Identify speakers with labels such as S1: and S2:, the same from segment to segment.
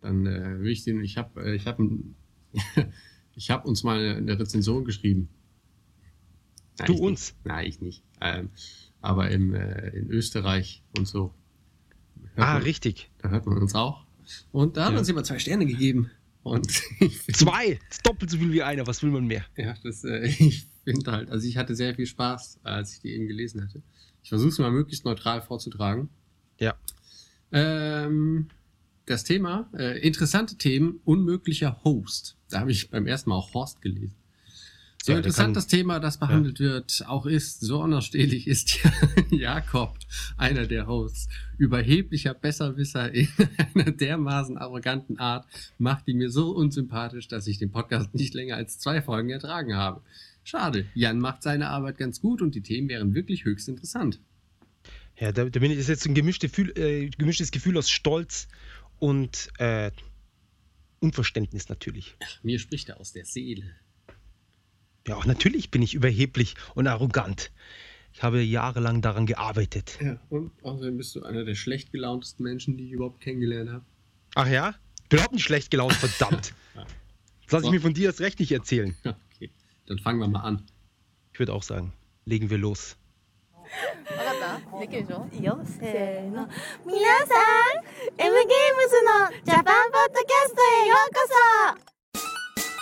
S1: dann äh, will ich den, ich habe äh, ich hab, ein- ich hab uns mal eine, eine Rezension geschrieben. Nein,
S2: Du
S1: ich
S2: uns?
S1: Nicht. Nein, ich nicht. Ähm, aber im, äh, in Österreich und so. Hört
S2: Ah,
S1: man,
S2: richtig.
S1: da hört man uns auch. Und da hat
S2: Ja.
S1: uns jemand zwei Sterne gegeben. Und ich find-
S2: Zwei! Das ist doppelt so viel wie einer. Was will man mehr?
S1: Ja, das, äh, ich finde halt, also ich hatte sehr viel Spaß, als ich die eben gelesen hatte. Ich versuche es mal möglichst neutral vorzutragen.
S2: Ja.
S1: Ähm, das Thema, äh, interessante Themen, unmöglicher Host. Da habe ich beim ersten Mal auch Horst gelesen. So
S2: Ja, der
S1: interessant
S2: kann-
S1: das Thema, das behandelt wird, auch ist, so unausstehlich ist Jakob, einer der Hosts, überheblicher Besserwisser in einer dermaßen arroganten Art, macht die mir so unsympathisch, dass ich den Podcast nicht länger als zwei Folgen ertragen habe. Schade, Jan macht seine Arbeit ganz gut und die Themen wären wirklich höchst interessant.
S2: Ja, da, da bin ich, das ist jetzt ein gemischtes Gefühl, äh, gemischtes Gefühl aus Stolz und äh, Unverständnis natürlich.
S1: Mir spricht er aus der Seele.
S2: Ja, auch natürlich bin ich überheblich und arrogant. Ich habe jahrelang daran gearbeitet.
S1: Ja, und außerdem bist du einer der schlecht gelauntesten Menschen, die ich überhaupt kennengelernt habe.
S2: Ach ja? Bin überhaupt nicht schlecht gelaunt, verdammt. Das lasse ich mir von dir erst recht nicht erzählen.
S1: Okay, dann fangen wir mal an.
S2: Ich würde auch sagen, legen wir los.
S3: わかったできるでしょ
S4: いいよせーの皆さん M ゲームズのジャパンポッドキャストへようこそ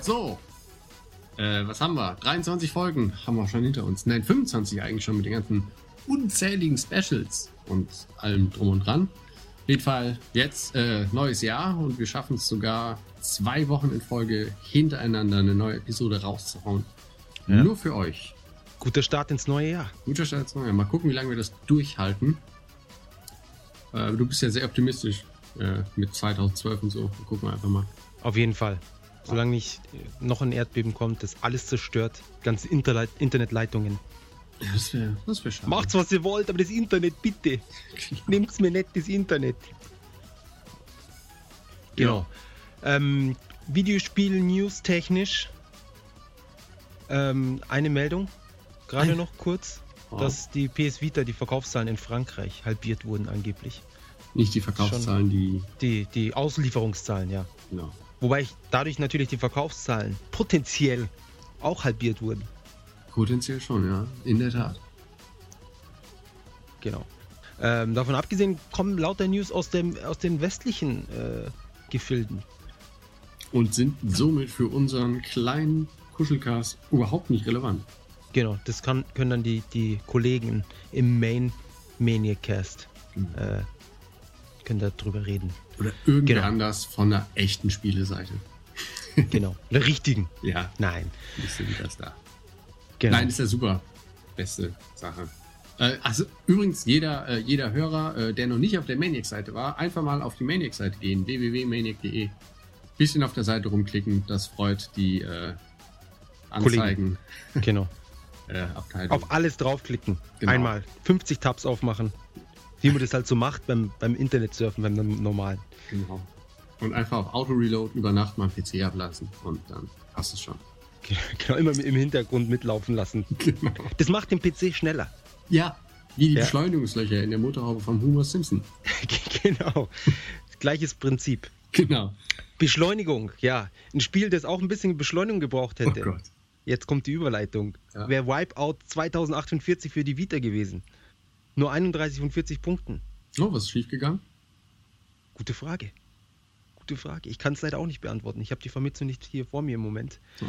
S1: So, äh, was haben wir? 23 Folgen haben wir schon hinter uns. Nein, 25 eigentlich schon mit den ganzen unzähligen Specials und allem drum und dran. Auf jeden Fall jetzt äh, neues Jahr und wir schaffen es sogar zwei Wochen in Folge hintereinander eine neue Episode rauszuhauen.
S2: Ja.
S1: Nur für euch.
S2: Guter Start ins neue Jahr.
S1: Guter Start. ins neue Jahr. Mal gucken, wie lange wir das durchhalten. Äh, du bist ja sehr optimistisch äh, mit 2012 und so. Gucken wir einfach mal.
S2: Auf jeden Fall. Solange nicht äh, noch ein Erdbeben kommt, das alles zerstört, ganze Interle Internetleitungen.
S1: Das wäre das wär schade.
S2: Macht's, was ihr wollt, aber das Internet bitte. Nehmt's mir nicht das Internet. Genau. Ähm, Videospiel News technisch. Ähm, eine Meldung, gerade noch kurz,
S1: Ja.
S2: dass die PS Vita, die Verkaufszahlen in Frankreich halbiert wurden angeblich.
S1: Nicht die Verkaufszahlen, die.
S2: Die, die Auslieferungszahlen, ja.
S1: Genau.
S2: Wobei ich dadurch natürlich die Verkaufszahlen potenziell auch halbiert wurden.
S1: Potenziell schon, ja. In der Tat.
S2: Genau. Ähm, davon abgesehen kommen lauter News aus, dem, aus den westlichen äh, Gefilden.
S1: Und sind somit für unseren kleinen Kuschelcast überhaupt nicht relevant.
S2: Genau, das kann, können dann die, die Kollegen im Main Maniacast
S1: Mhm.
S2: äh, können darüber reden.
S1: Oder irgendwer
S2: Genau.
S1: anders von der echten Spieleseite.
S2: Genau. Der richtigen.
S1: Ja,
S2: Nein.
S1: nicht so wie das da.
S2: Genau.
S1: Nein, ist ja super. Beste Sache. Äh, also übrigens, jeder, äh, jeder Hörer, äh, der noch nicht auf der Maniac-Seite war, einfach mal auf die Maniac-Seite gehen, www.maniac.de. Bisschen auf der Seite rumklicken, das freut die äh, Anzeigen,
S2: genau.
S1: äh, Abteilung.
S2: Auf alles draufklicken.
S1: Genau.
S2: Einmal. 50 Tabs aufmachen. Wie man das halt so macht beim, beim Internetsurfen, beim normalen.
S1: Genau. Und einfach auf Auto-Reload über Nacht mal einen PC ablassen und dann passt es schon.
S2: Genau, immer im Hintergrund mitlaufen lassen.
S1: Genau.
S2: Das macht den PC schneller.
S1: Ja, wie die
S2: Ja.
S1: Beschleunigungslöcher in der Motorhaube von Homer Simpson.
S2: genau. Gleiches Prinzip.
S1: Genau.
S2: Beschleunigung, ja. Ein Spiel, das auch ein bisschen Beschleunigung gebraucht
S1: Oh
S2: hätte.
S1: Gott.
S2: Jetzt kommt die Überleitung.
S1: Ja.
S2: Wäre Wipeout 2048 für die Vita gewesen? Nur 31 von 40 Punkten.
S1: So, Oh, was ist schiefgegangen?
S2: Gute Frage. Gute Frage. Ich kann es leider auch nicht beantworten. Ich habe die Vermittlung nicht hier vor mir im Moment.
S1: Ah,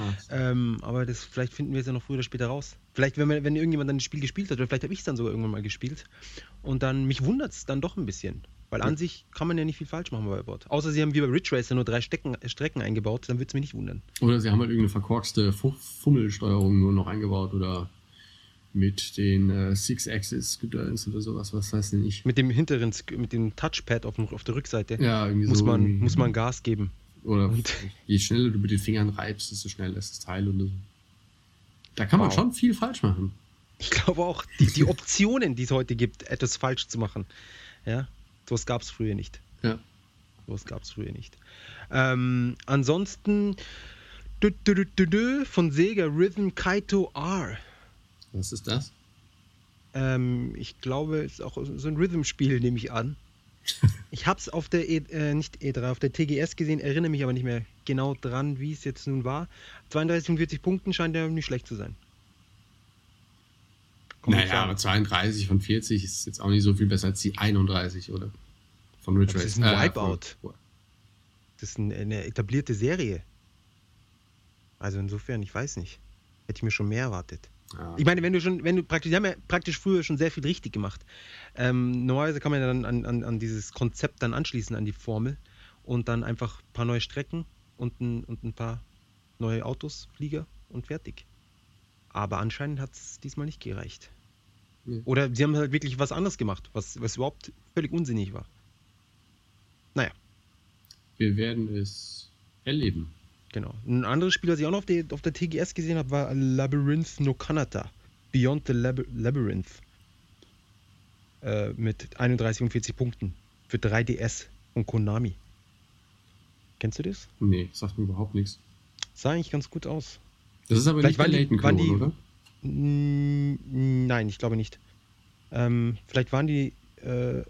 S2: Ähm, aber das, vielleicht finden wir es ja noch früher oder später raus. Vielleicht, wenn, man, wenn irgendjemand dann das Spiel gespielt hat, oder vielleicht habe ich es dann sogar irgendwann mal gespielt. Und dann, mich wundert es dann doch ein bisschen. Weil an sich kann man ja nicht viel falsch machen bei Bot. Außer sie haben wie bei Ridge Racer nur drei Stecken, äh, Strecken eingebaut, dann würde es mich nicht wundern.
S1: Oder sie haben halt irgendeine verkorkste Fu- Fummelsteuerung nur noch eingebaut oder mit den äh, Six-Axis-Gedöns oder sowas, was weiß denn ich.
S2: Mit dem hinteren, Sk- mit dem Touchpad auf, dem, auf der Rückseite
S1: Ja, irgendwie
S2: muss,
S1: so.
S2: man,
S1: irgendwie.
S2: muss man Gas geben.
S1: Oder
S2: Und-
S1: je schneller du mit den Fingern reibst, desto schneller ist das Teil und so. Da kann man
S2: Wow.
S1: schon viel falsch machen.
S2: Ich glaube auch, die, die Optionen, die es heute gibt, etwas falsch zu machen. Ja, sowas gab es früher nicht.
S1: Ja.
S2: Sowas gab es früher nicht. Ähm, ansonsten dü, dü, dü, dü, dü, von Sega Rhythm Kaito R.
S1: Was ist das?
S2: Ähm, ich glaube, es ist auch so ein Rhythm-Spiel, nehme ich an. Ich habe es auf der e äh, nicht E3, auf der TGS gesehen, erinnere mich aber nicht mehr genau dran, wie es jetzt nun war. 32 und 40 Punkten scheint ja nicht schlecht zu sein. Kann man
S1: naja,
S2: sagen.
S1: aber 32 von 40 ist jetzt auch nicht so viel besser als die 31, oder? Von Ridge
S2: Das
S1: Racer. Äh,
S2: ist ein Wipeout.
S1: von-
S2: das ist ein- eine etablierte Serie. Also insofern, ich weiß nicht. Hätte ich mir schon mehr erwartet.
S1: Ja.
S2: Ich meine, wenn du schon, wenn du praktisch, die haben ja praktisch früher schon sehr viel richtig gemacht. Ähm, normalerweise kann man ja dann an, an, an dieses Konzept dann anschließen, an die Formel und dann einfach ein paar neue Strecken und ein, und ein paar neue Autos, Flieger und fertig. Aber anscheinend hat es diesmal nicht gereicht.
S1: Nee.
S2: Oder sie haben halt wirklich was anderes gemacht, was, was überhaupt völlig unsinnig war.
S1: Wir werden es erleben.
S2: Genau. Ein anderes Spiel, das ich auch noch auf der, auf der TGS gesehen habe, war Labyrinth no Kanata. Beyond the Lab Labyrinth. Äh, mit 31 und 40 Punkten. Für 3DS und Konami. Kennst du das?
S1: Nee, sagt mir überhaupt nichts.
S2: Sah eigentlich ganz gut aus.
S1: Das ist aber
S2: Vielleicht
S1: nicht der
S2: waren die-
S1: Layton-Klon,
S2: waren die-
S1: oder?
S2: Mm, Nein, ich glaube nicht. Ähm, vielleicht waren die, äh,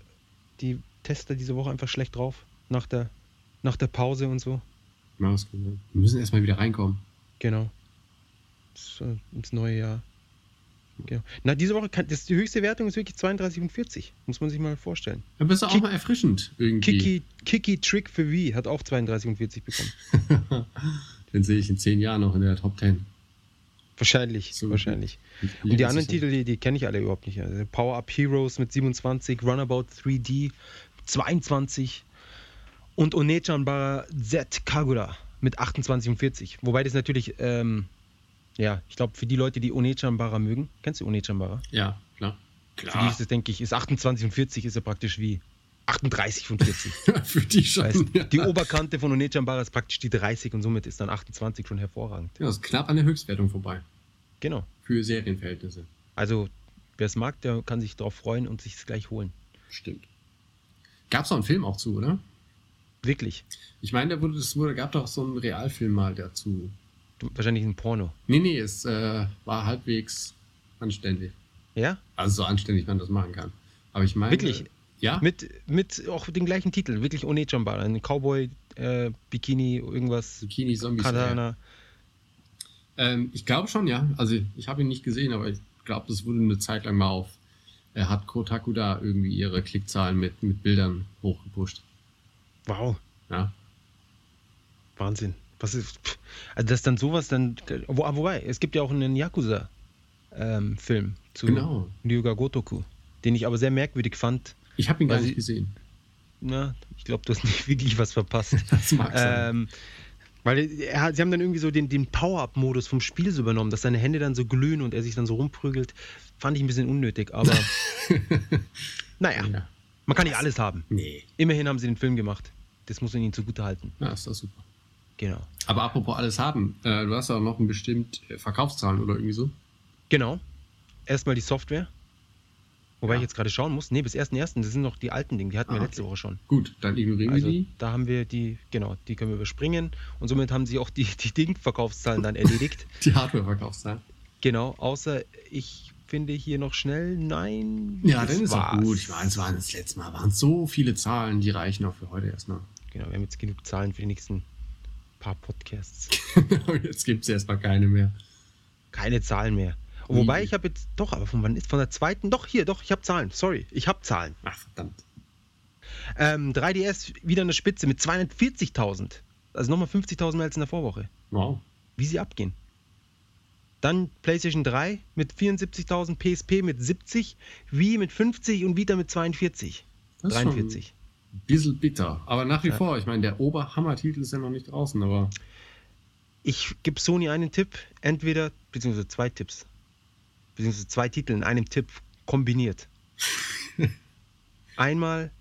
S2: die Tester diese Woche einfach schlecht drauf. Nach der, nach der Pause und so.
S1: Ja, das kann sein. Wir müssen erstmal wieder reinkommen.
S2: Genau. Das, äh, ins neue Jahr. Genau. Na, diese Woche, kann, das, die höchste Wertung ist wirklich 32 und 40. Muss man sich mal vorstellen.
S1: Dann bist du auch
S2: Kick-
S1: mal erfrischend irgendwie.
S2: Kiki, Kiki Trick für Wii hat auch 32 und 40 bekommen.
S1: Den sehe ich in zehn Jahren noch in der Top Ten.
S2: Wahrscheinlich,
S1: So.
S2: wahrscheinlich.
S1: Ich
S2: Und die
S1: liebe
S2: anderen
S1: es.
S2: Titel, die, die kenne ich alle überhaupt nicht. Also Power Up Heroes mit 27, Runabout 3D 22 und Onechanbara Z Kagura mit 28 und 40. Wobei das natürlich, ähm, ja, ich glaube, für die Leute, die Onechanbara mögen, kennst du Onechanbara?
S1: Ja, klar.
S2: Für die ist es, denke ich, ist 28 und 40 ist ja praktisch wie 38 von 40.
S1: Für die schon.
S2: Weißt,
S1: ja.
S2: Die Oberkante von Onechambara ist praktisch die 30 und somit ist dann 28 schon hervorragend.
S1: ja, ist knapp an der Höchstwertung vorbei.
S2: Genau.
S1: Für Serienverhältnisse.
S2: Also, wer es mag, der kann sich darauf freuen und sich es gleich holen.
S1: Stimmt. Gab es auch einen Film auch zu, oder?
S2: Wirklich.
S1: Ich meine, da wurde, es wurde, gab doch so einen Realfilm mal dazu.
S2: Du, wahrscheinlich ein Porno.
S1: Nee, nee, es äh, war halbwegs anständig.
S2: Ja?
S1: Also so anständig, man das machen kann. Aber ich meine.
S2: Wirklich?
S1: Ja?
S2: Mit, mit auch den gleichen Titel. Wirklich Onechambara. Ein Cowboy, äh, Bikini, irgendwas.
S1: Zucchini Zombies. ja.
S2: Katana.
S1: Ähm, ich glaube schon, ja. Also ich habe ihn nicht gesehen, aber ich glaube, das wurde eine Zeit lang mal auf. Er hat Kotaku da irgendwie ihre Klickzahlen mit, mit Bildern hochgepusht.
S2: Wow.
S1: Ja.
S2: Wahnsinn. Was ist. Pff. Also, dass dann sowas dann. Wo, ah, wobei, es gibt ja auch einen Yakuza-Film zu
S1: Genau.
S2: Ryuga Gotoku, den ich aber sehr merkwürdig fand.
S1: Ich habe ihn
S2: Weil
S1: gar
S2: sie-
S1: nicht gesehen.
S2: Na, ich glaube, du hast nicht wirklich was verpasst.
S1: Das mag sein.
S2: ähm, weil er, hat- sie haben dann irgendwie so den, den Power-Up-Modus vom Spiel so übernommen, dass seine Hände dann so glühen und er sich dann so rumprügelt. Fand ich ein bisschen unnötig, aber naja,
S1: ja.
S2: man kann nicht alles haben.
S1: Nee.
S2: Immerhin haben sie den Film gemacht. Das muss man ihnen zugutehalten.
S1: Ja, ist doch super.
S2: Genau.
S1: Aber apropos alles haben, äh, du hast ja auch noch ein bestimmt äh, Verkaufszahlen oder irgendwie so.
S2: Genau. Erstmal die Software. Wobei
S1: Ja.
S2: ich jetzt gerade schauen muss. Nee, bis 1.1. Das sind noch die alten Dinge. Die hatten
S1: Ah,
S2: wir letzte
S1: okay.
S2: Woche schon.
S1: Gut, dann ignorieren
S2: Also
S1: wir die.
S2: da haben wir die, genau, die können wir überspringen. Und somit haben sie auch die, die Ding-Verkaufszahlen dann erledigt.
S1: Die Hardware-Verkaufszahlen.
S2: Genau, außer ich finde hier noch schnell, nein.
S1: Ja,
S2: das
S1: dann ist auch
S2: war's.
S1: gut. Ich meine, es waren das letzte Mal, waren so viele Zahlen, die reichen auch für heute erstmal.
S2: Genau, wir haben jetzt genug Zahlen für die nächsten paar Podcasts.
S1: Jetzt gibt es erstmal keine mehr.
S2: Keine Zahlen mehr.
S1: Wie?
S2: Wobei ich habe jetzt, doch, aber von wann ist, von der zweiten, doch, hier, doch, ich habe Zahlen, sorry, ich habe Zahlen.
S1: Ach, verdammt.
S2: Ähm, 3DS wieder an der Spitze mit 240.000. Also nochmal 50.000 mehr als in der Vorwoche.
S1: Wow.
S2: wie sie abgehen. Dann PlayStation 3 mit 74.000, PSP mit 70, Wii mit 50 und Vita mit 42.
S1: Das ist schon
S2: 43.
S1: Ein bisschen bitter. Aber nach wie
S2: Ja.
S1: vor, ich meine, der Oberhammer-Titel ist ja noch nicht draußen, aber
S2: Ich gebe Sony einen Tipp, entweder, beziehungsweise zwei Tipps, beziehungsweise zwei Titel in einem Tipp kombiniert. Einmal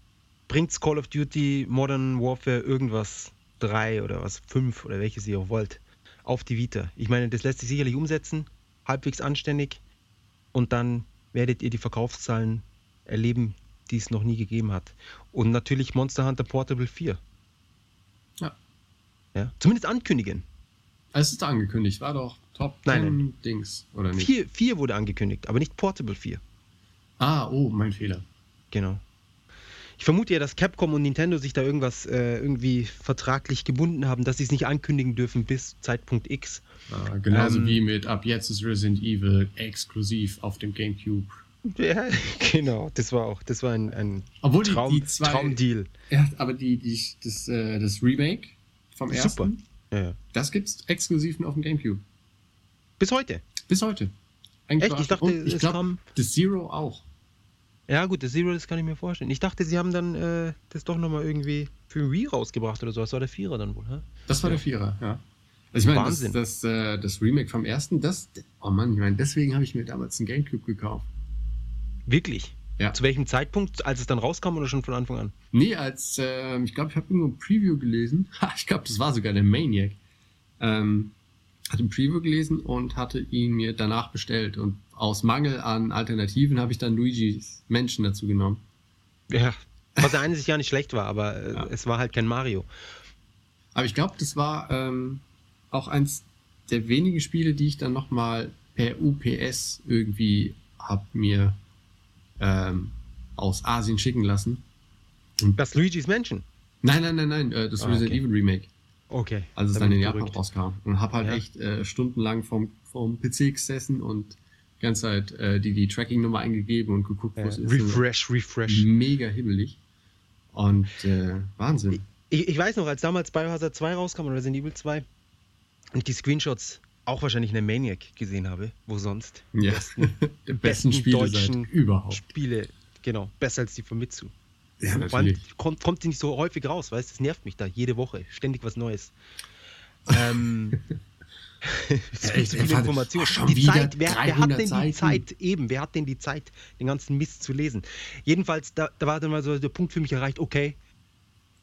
S2: bringt's Call of Duty Modern Warfare irgendwas 3 oder was 5 oder welches ihr auch wollt auf die Vita. Ich meine, das lässt sich sicherlich umsetzen, halbwegs anständig und dann werdet ihr die Verkaufszahlen erleben, die es noch nie gegeben hat. Und natürlich Monster Hunter Portable 4
S1: Ja.
S2: Ja? Zumindest ankündigen.
S1: Es ist angekündigt, war doch Top
S2: Nein,
S1: 10 Dings, oder nicht?
S2: Vier, vier wurde angekündigt, aber nicht Portable 4.
S1: Ah, oh, mein Fehler.
S2: Genau. Ich vermute ja, dass Capcom und Nintendo sich da irgendwas äh, irgendwie vertraglich gebunden haben, dass sie es nicht ankündigen dürfen bis Zeitpunkt X.
S1: Ah, genauso
S2: Ähm.
S1: wie mit ab jetzt ist Resident Evil exklusiv auf dem GameCube.
S2: Ja, genau. Das war auch, das war ein, ein
S1: Obwohl die-
S2: Traum,
S1: die zwei-
S2: Traumdeal.
S1: Ja, aber die, die, das, äh, das Remake vom ersten,
S2: Super. Ja, ja.
S1: das gibt's exklusiv nur auf dem GameCube.
S2: Bis heute.
S1: Bis heute. Eigentlich
S2: Echt? Ich
S1: überraschend.
S2: dachte,
S1: Und ich
S2: es
S1: glaube,
S2: kam-
S1: das Zero auch.
S2: Ja, gut, das Zero, das kann ich mir vorstellen. Ich dachte, sie haben dann äh, das doch nochmal irgendwie für Wii rausgebracht oder so. Das war der Vierer dann wohl, hä?
S1: Das war der Vierer, ja. Also ich meine, das,
S2: Wahnsinn.
S1: das, äh, das Remake vom ersten, das, oh Mann, ich meine, deswegen habe ich mir damals einen Gamecube gekauft.
S2: Wirklich?
S1: Ja.
S2: Zu welchem Zeitpunkt? Als es dann rauskam oder schon von Anfang an?
S1: Nee, als, ähm, ich glaube, ich habe irgendwo ein Preview gelesen. Ha, ich glaube, das war sogar der Maniac. Ähm, hatte ein Preview gelesen und hatte ihn mir danach bestellt. Und aus Mangel an Alternativen habe ich dann Luigi's Menschen dazu genommen.
S2: Ja. Was ja eigentlich ja nicht schlecht war, aber äh,
S1: Ja.
S2: es war halt kein Mario.
S1: Aber ich glaube, das war ähm, auch eins der wenigen Spiele, die ich dann nochmal per UPS irgendwie hab mir ähm, aus Asien schicken lassen.
S2: Das Luigi's Mansion.
S1: Nein, nein, nein, nein, äh, das
S2: Ah,
S1: Resident
S2: okay.
S1: Evil Remake,
S2: Okay.
S1: als es
S2: Da
S1: dann
S2: bin
S1: in
S2: ich
S1: Japan
S2: gerückt.
S1: rauskam. Und hab halt
S2: Ja.
S1: echt äh, stundenlang vom, vom PC gesessen und die ganze Zeit äh, die, die Tracking-Nummer eingegeben und geguckt, wo
S2: Ja.
S1: es ist.
S2: Refresh, refresh.
S1: Mega himmelig. Und äh, Wahnsinn.
S2: Ich, ich weiß noch, als damals Biohazard 2 rauskam oder Resident Evil 2 und ich die Screenshots auch wahrscheinlich in der Maniac gesehen habe, wo sonst
S1: Ja. Der besten,
S2: besten
S1: Spiele seit
S2: deutschen
S1: überhaupt.
S2: Spiele, genau, besser als die von Mitsu.
S1: Ja,
S2: Vor allem kommt, kommt die nicht so häufig raus, weißt du? Das nervt mich da, jede Woche, ständig was Neues. Ähm,
S1: Ja,
S2: so
S1: echt,
S2: viel
S1: ey, Vater,
S2: Information.
S1: oh, schon
S2: die
S1: wieder
S2: Zeit, wer, wer hat
S1: 300
S2: denn die
S1: Seiten?
S2: Zeit eben? Wer hat denn die Zeit, den ganzen Mist zu lesen? Jedenfalls, da, da war dann mal so der Punkt für mich erreicht, okay,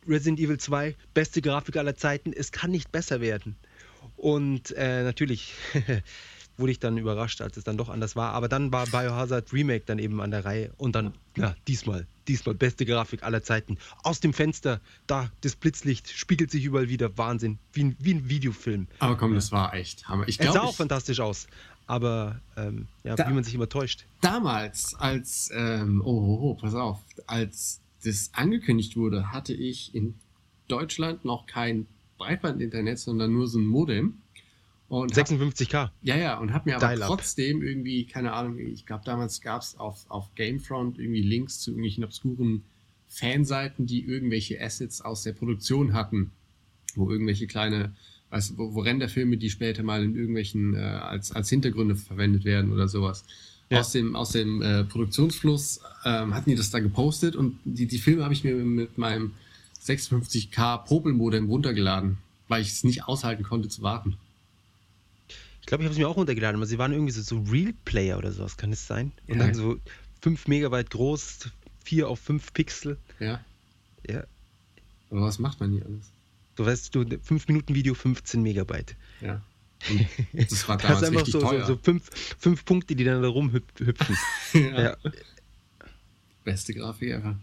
S2: Resident Evil 2, beste Grafik aller Zeiten, es kann nicht besser werden. Und äh, natürlich wurde ich dann überrascht, als es dann doch anders war. Aber dann war Biohazard Remake dann eben an der Reihe und dann, ja, diesmal, diesmal beste Grafik aller Zeiten. Aus dem Fenster, da, das Blitzlicht spiegelt sich überall wieder. Wahnsinn, wie ein, wie ein Videofilm.
S1: Aber komm, das war echt Hammer. Ich
S2: Es sah auch
S1: glaube,
S2: fantastisch aus, aber ähm, ja,
S1: Da-
S2: wie man sich immer täuscht.
S1: damals, als, ähm, oh, oh, oh, pass auf, als das angekündigt wurde, hatte ich in Deutschland noch kein Breitband-Internet, sondern nur so ein Modem. Und hab,
S2: 56k.
S1: ja, ja, und hab mir aber
S2: Dial-up.
S1: trotzdem irgendwie, keine Ahnung, ich glaube, damals gab es auf, auf Gamefront irgendwie Links zu irgendwelchen obskuren Fanseiten, die irgendwelche Assets aus der Produktion hatten. wo irgendwelche kleine, also wo, wo Renderfilme, die später mal in irgendwelchen äh, als, als Hintergründe verwendet werden oder sowas.
S2: Ja.
S1: Aus dem, aus dem äh, Produktionsfluss ähm, hatten die das da gepostet und die, die Filme habe ich mir mit meinem 56k Popel-Modem runtergeladen, weil ich es nicht aushalten konnte zu warten.
S2: Ich glaube, ich habe es mir auch runtergeladen, aber sie waren irgendwie so, so Real Player oder sowas, kann es sein? Und
S1: Ja.
S2: dann so 5 Megabyte groß, 4 auf 5 Pixel.
S1: Ja.
S2: Ja,
S1: Aber was macht man hier alles?
S2: du weißt, du, 5 Minuten Video, 15 Megabyte.
S1: Ja. Und das war
S2: Das
S1: damals
S2: ist einfach
S1: richtig
S2: so, so,
S1: teuer.
S2: so fünf, fünf Punkte, die dann da rumhüpfen.
S1: ja.
S2: ja.
S1: Beste Grafik ever.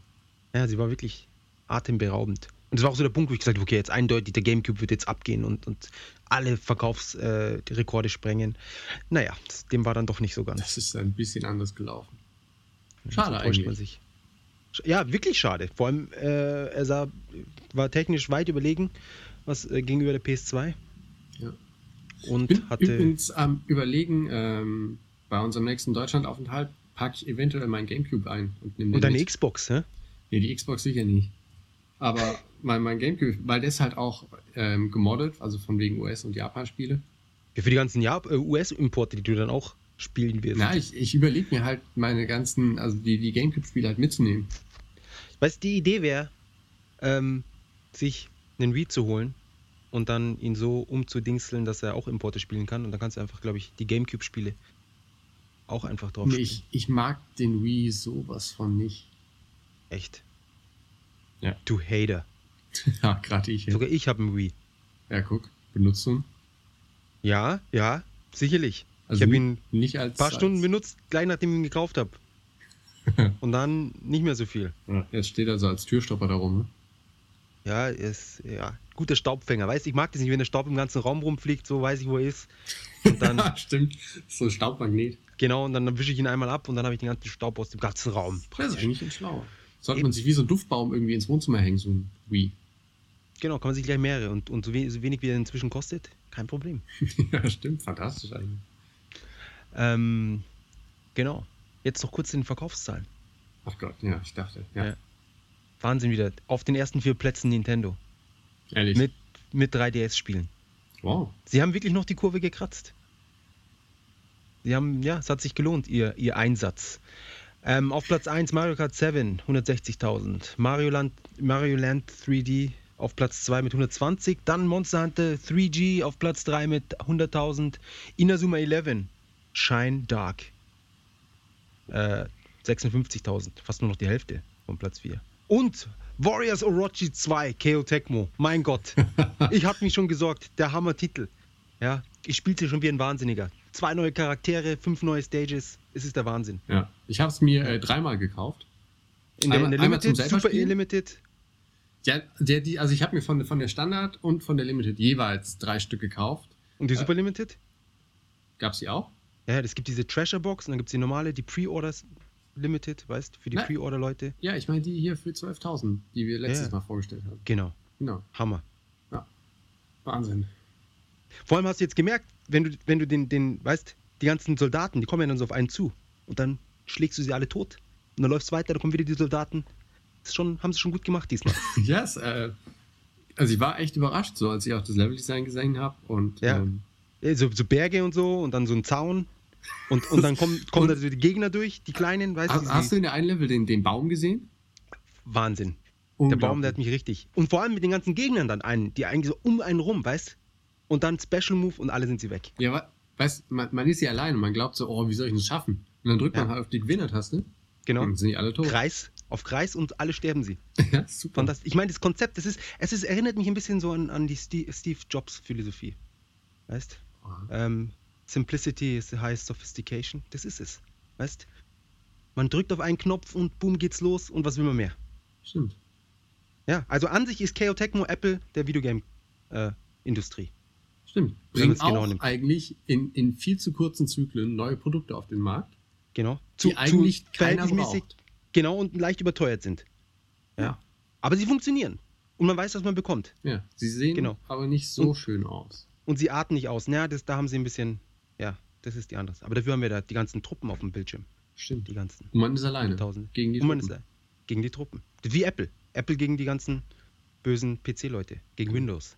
S2: ja, sie war wirklich atemberaubend. Und das war auch so der Punkt, wo ich gesagt habe, okay, jetzt eindeutig, der Gamecube wird jetzt abgehen und, und alle Verkaufsrekorde äh, Rekorde sprengen. Naja, das, dem war dann doch nicht so ganz.
S1: Das ist ein bisschen anders gelaufen.
S2: So
S1: Schade
S2: täuscht man
S1: eigentlich.
S2: sich. Sch- Ja, wirklich schade. Vor allem, äh, er sah, war technisch weit überlegen, was äh, gegenüber der PS2.
S1: Ja.
S2: Und
S1: bin
S2: hatte.
S1: übrigens am überlegen, ähm, bei unserem nächsten Deutschlandaufenthalt packe ich eventuell meinen Gamecube ein und nehme
S2: und
S1: den
S2: eine
S1: mit.
S2: Xbox, hä?
S1: Nee, die Xbox sicher nicht. Aber mein, mein Gamecube, weil der ist halt auch ähm, gemoddet, also von wegen US- und Japan-Spiele.
S2: Ja, für die ganzen Jap- äh, US-Importe, die du dann auch spielen wirst.
S1: Na, ich, ich überlege mir halt meine ganzen, also die, die Gamecube-Spiele halt mitzunehmen.
S2: Weißt du, die Idee wäre, ähm, sich einen Wii zu holen und dann ihn so umzudingseln, dass er auch Importe spielen kann. Und dann kannst du einfach, glaube ich, die Gamecube-Spiele auch einfach drauf
S1: Nee,
S2: spielen.
S1: ich, ich mag den Wii sowas von nicht.
S2: Echt.
S1: Ja.
S2: Du Hater.
S1: ja, gerade ich. Ja.
S2: Sogar ich habe einen Wii.
S1: ja, guck, Benutzung.
S2: Ja, ja, sicherlich.
S1: Also
S2: ich habe
S1: ni-
S2: ihn
S1: nicht als.
S2: ein paar
S1: als,
S2: Stunden benutzt, gleich nachdem ich ihn gekauft habe. Und dann nicht mehr so viel.
S1: also Ja, jetzt steht er so als Türstopper da rum. Ne?
S2: Ja, ist, ja, guter Staubfänger. Weiß ich mag das nicht, wenn der Staub im ganzen Raum rumfliegt, so weiß ich, wo er ist. Und dann,
S1: Ja, stimmt. So ein Staubmagnet.
S2: genau, und dann wische ich ihn einmal ab und dann habe ich den ganzen Staub aus dem ganzen Raum.
S1: Das ist eigentlich ein Schlauer. Sollte man sich wie so ein Duftbaum irgendwie ins Wohnzimmer hängen, so ein Wii.
S2: Genau, kann man sich gleich mehrere. Und, und so, wenig, so wenig wie er inzwischen kostet, kein Problem.
S1: ja, stimmt. Fantastisch eigentlich.
S2: Ähm, genau. Jetzt noch kurz zu den Verkaufszahlen.
S1: Ach Gott, ja, ich dachte. Ja,
S2: Ja. Wahnsinn wieder. Auf den ersten vier Plätzen Nintendo.
S1: ehrlich.
S2: Mit, mit 3DS-Spielen.
S1: wow.
S2: Sie haben wirklich noch die Kurve gekratzt. Sie haben, ja, es hat sich gelohnt, ihr, ihr Einsatz. Ähm, auf Platz 1 Mario Kart 7, 160.000. Mario Land, Mario Land 3D auf Platz 2 mit 120. Dann Monster Hunter 3G auf Platz 3 mit 100.000. Inazuma 11, Shine Dark. Äh, 56.000, fast nur noch die Hälfte von Platz 4. Und Warriors Orochi 2, Keo Tecmo. Mein Gott. Ich hatte mich schon gesorgt. Der Hammer-Titel. Ja, ich spielte schon wie ein Wahnsinniger. Zwei neue Charaktere, fünf neue Stages. Es ist der Wahnsinn.
S1: Ja. Ich habe es mir äh, dreimal gekauft.
S2: In der,
S1: Einmal-
S2: in der
S1: einmal zum
S2: Limited, Super
S1: Selberspielen?
S2: Limited.
S1: Ja, der, die, also ich habe mir von, von der Standard und von der Limited jeweils drei Stück gekauft.
S2: Und die
S1: Ja.
S2: Super Limited?
S1: Gab's die auch?
S2: Ja, es gibt diese Treasure-Box und dann gibt es die normale, die Pre-Orders Limited, weißt für die
S1: Nein.
S2: Pre-Order-Leute.
S1: Ja, ich meine die hier für 12.000, die wir letztes
S2: Ja.
S1: Mal vorgestellt haben.
S2: Genau,
S1: Genau.
S2: Hammer.
S1: Wahnsinn.
S2: Vor allem hast du jetzt gemerkt, wenn du, wenn du den, den, weißt, die ganzen Soldaten, die kommen ja dann so auf einen zu. Und dann schlägst du sie alle tot. Und dann läufst du weiter, dann kommen wieder die Soldaten. Das ist schon, haben sie schon gut gemacht diesmal.
S1: Ja, es, äh, also ich war echt überrascht, so als ich auch das Leveldesign gesehen habe. Und
S2: Ja.
S1: ähm,
S2: Ja, so, so Berge und so und dann so ein Zaun. Und, und dann kommen, kommen da so die Gegner durch, die kleinen, weißt
S1: hast,
S2: du?
S1: hast du
S2: die-
S1: in der einen Level den, den Baum gesehen?
S2: Wahnsinn. Der Baum, der hat mich richtig. Und vor allem mit den ganzen Gegnern dann einen, die eigentlich so um einen rum, weißt Und dann Special Move und alle sind sie weg.
S1: Ja, wa- weißt man, man ist ja allein und man glaubt so, oh, wie soll ich das schaffen? Und dann drückt
S2: Ja.
S1: man halt auf die Gewinnertaste
S2: Genau.
S1: und dann sind die alle tot.
S2: Kreis auf Kreis und alle sterben sie.
S1: Ja, super.
S2: Fantastisch. Ich meine, das Konzept, das ist, es ist, erinnert mich ein bisschen so an, an die Ste- Steve Jobs Philosophie. Weißt ähm, Simplicity is the highest sophistication. Das ist es. Weißt Man drückt auf einen Knopf und boom geht's los und was will man mehr?
S1: Stimmt.
S2: Ja, also an sich ist KO Tecmo Apple der äh, Videogame-Industrie.
S1: Stimmt.
S2: Wenn man's
S1: Bringt auch
S2: genau nimmt.
S1: eigentlich in, in viel zu kurzen Zyklen neue Produkte auf den Markt.
S2: genau.
S1: Die eigentlich keiner
S2: verhältnismäßig-
S1: braucht.
S2: Genau, und leicht überteuert sind.
S1: Ja.
S2: Aber sie funktionieren. Und man weiß, was man bekommt.
S1: Ja. Sie sehen
S2: Genau.
S1: aber nicht so
S2: Und-
S1: schön aus.
S2: Und sie arten nicht aus. Naja, das, da haben sie ein bisschen. Ja, das ist die andere. Aber dafür haben wir da die ganzen Truppen auf dem Bildschirm.
S1: Stimmt.
S2: Die ganzen.
S1: Und man ist alleine.
S2: Tausende.
S1: Gegen die
S2: Und man ist
S1: Truppen.
S2: da. Gegen die Truppen. Wie Apple. Apple gegen die ganzen bösen PC-Leute. Gegen Windows.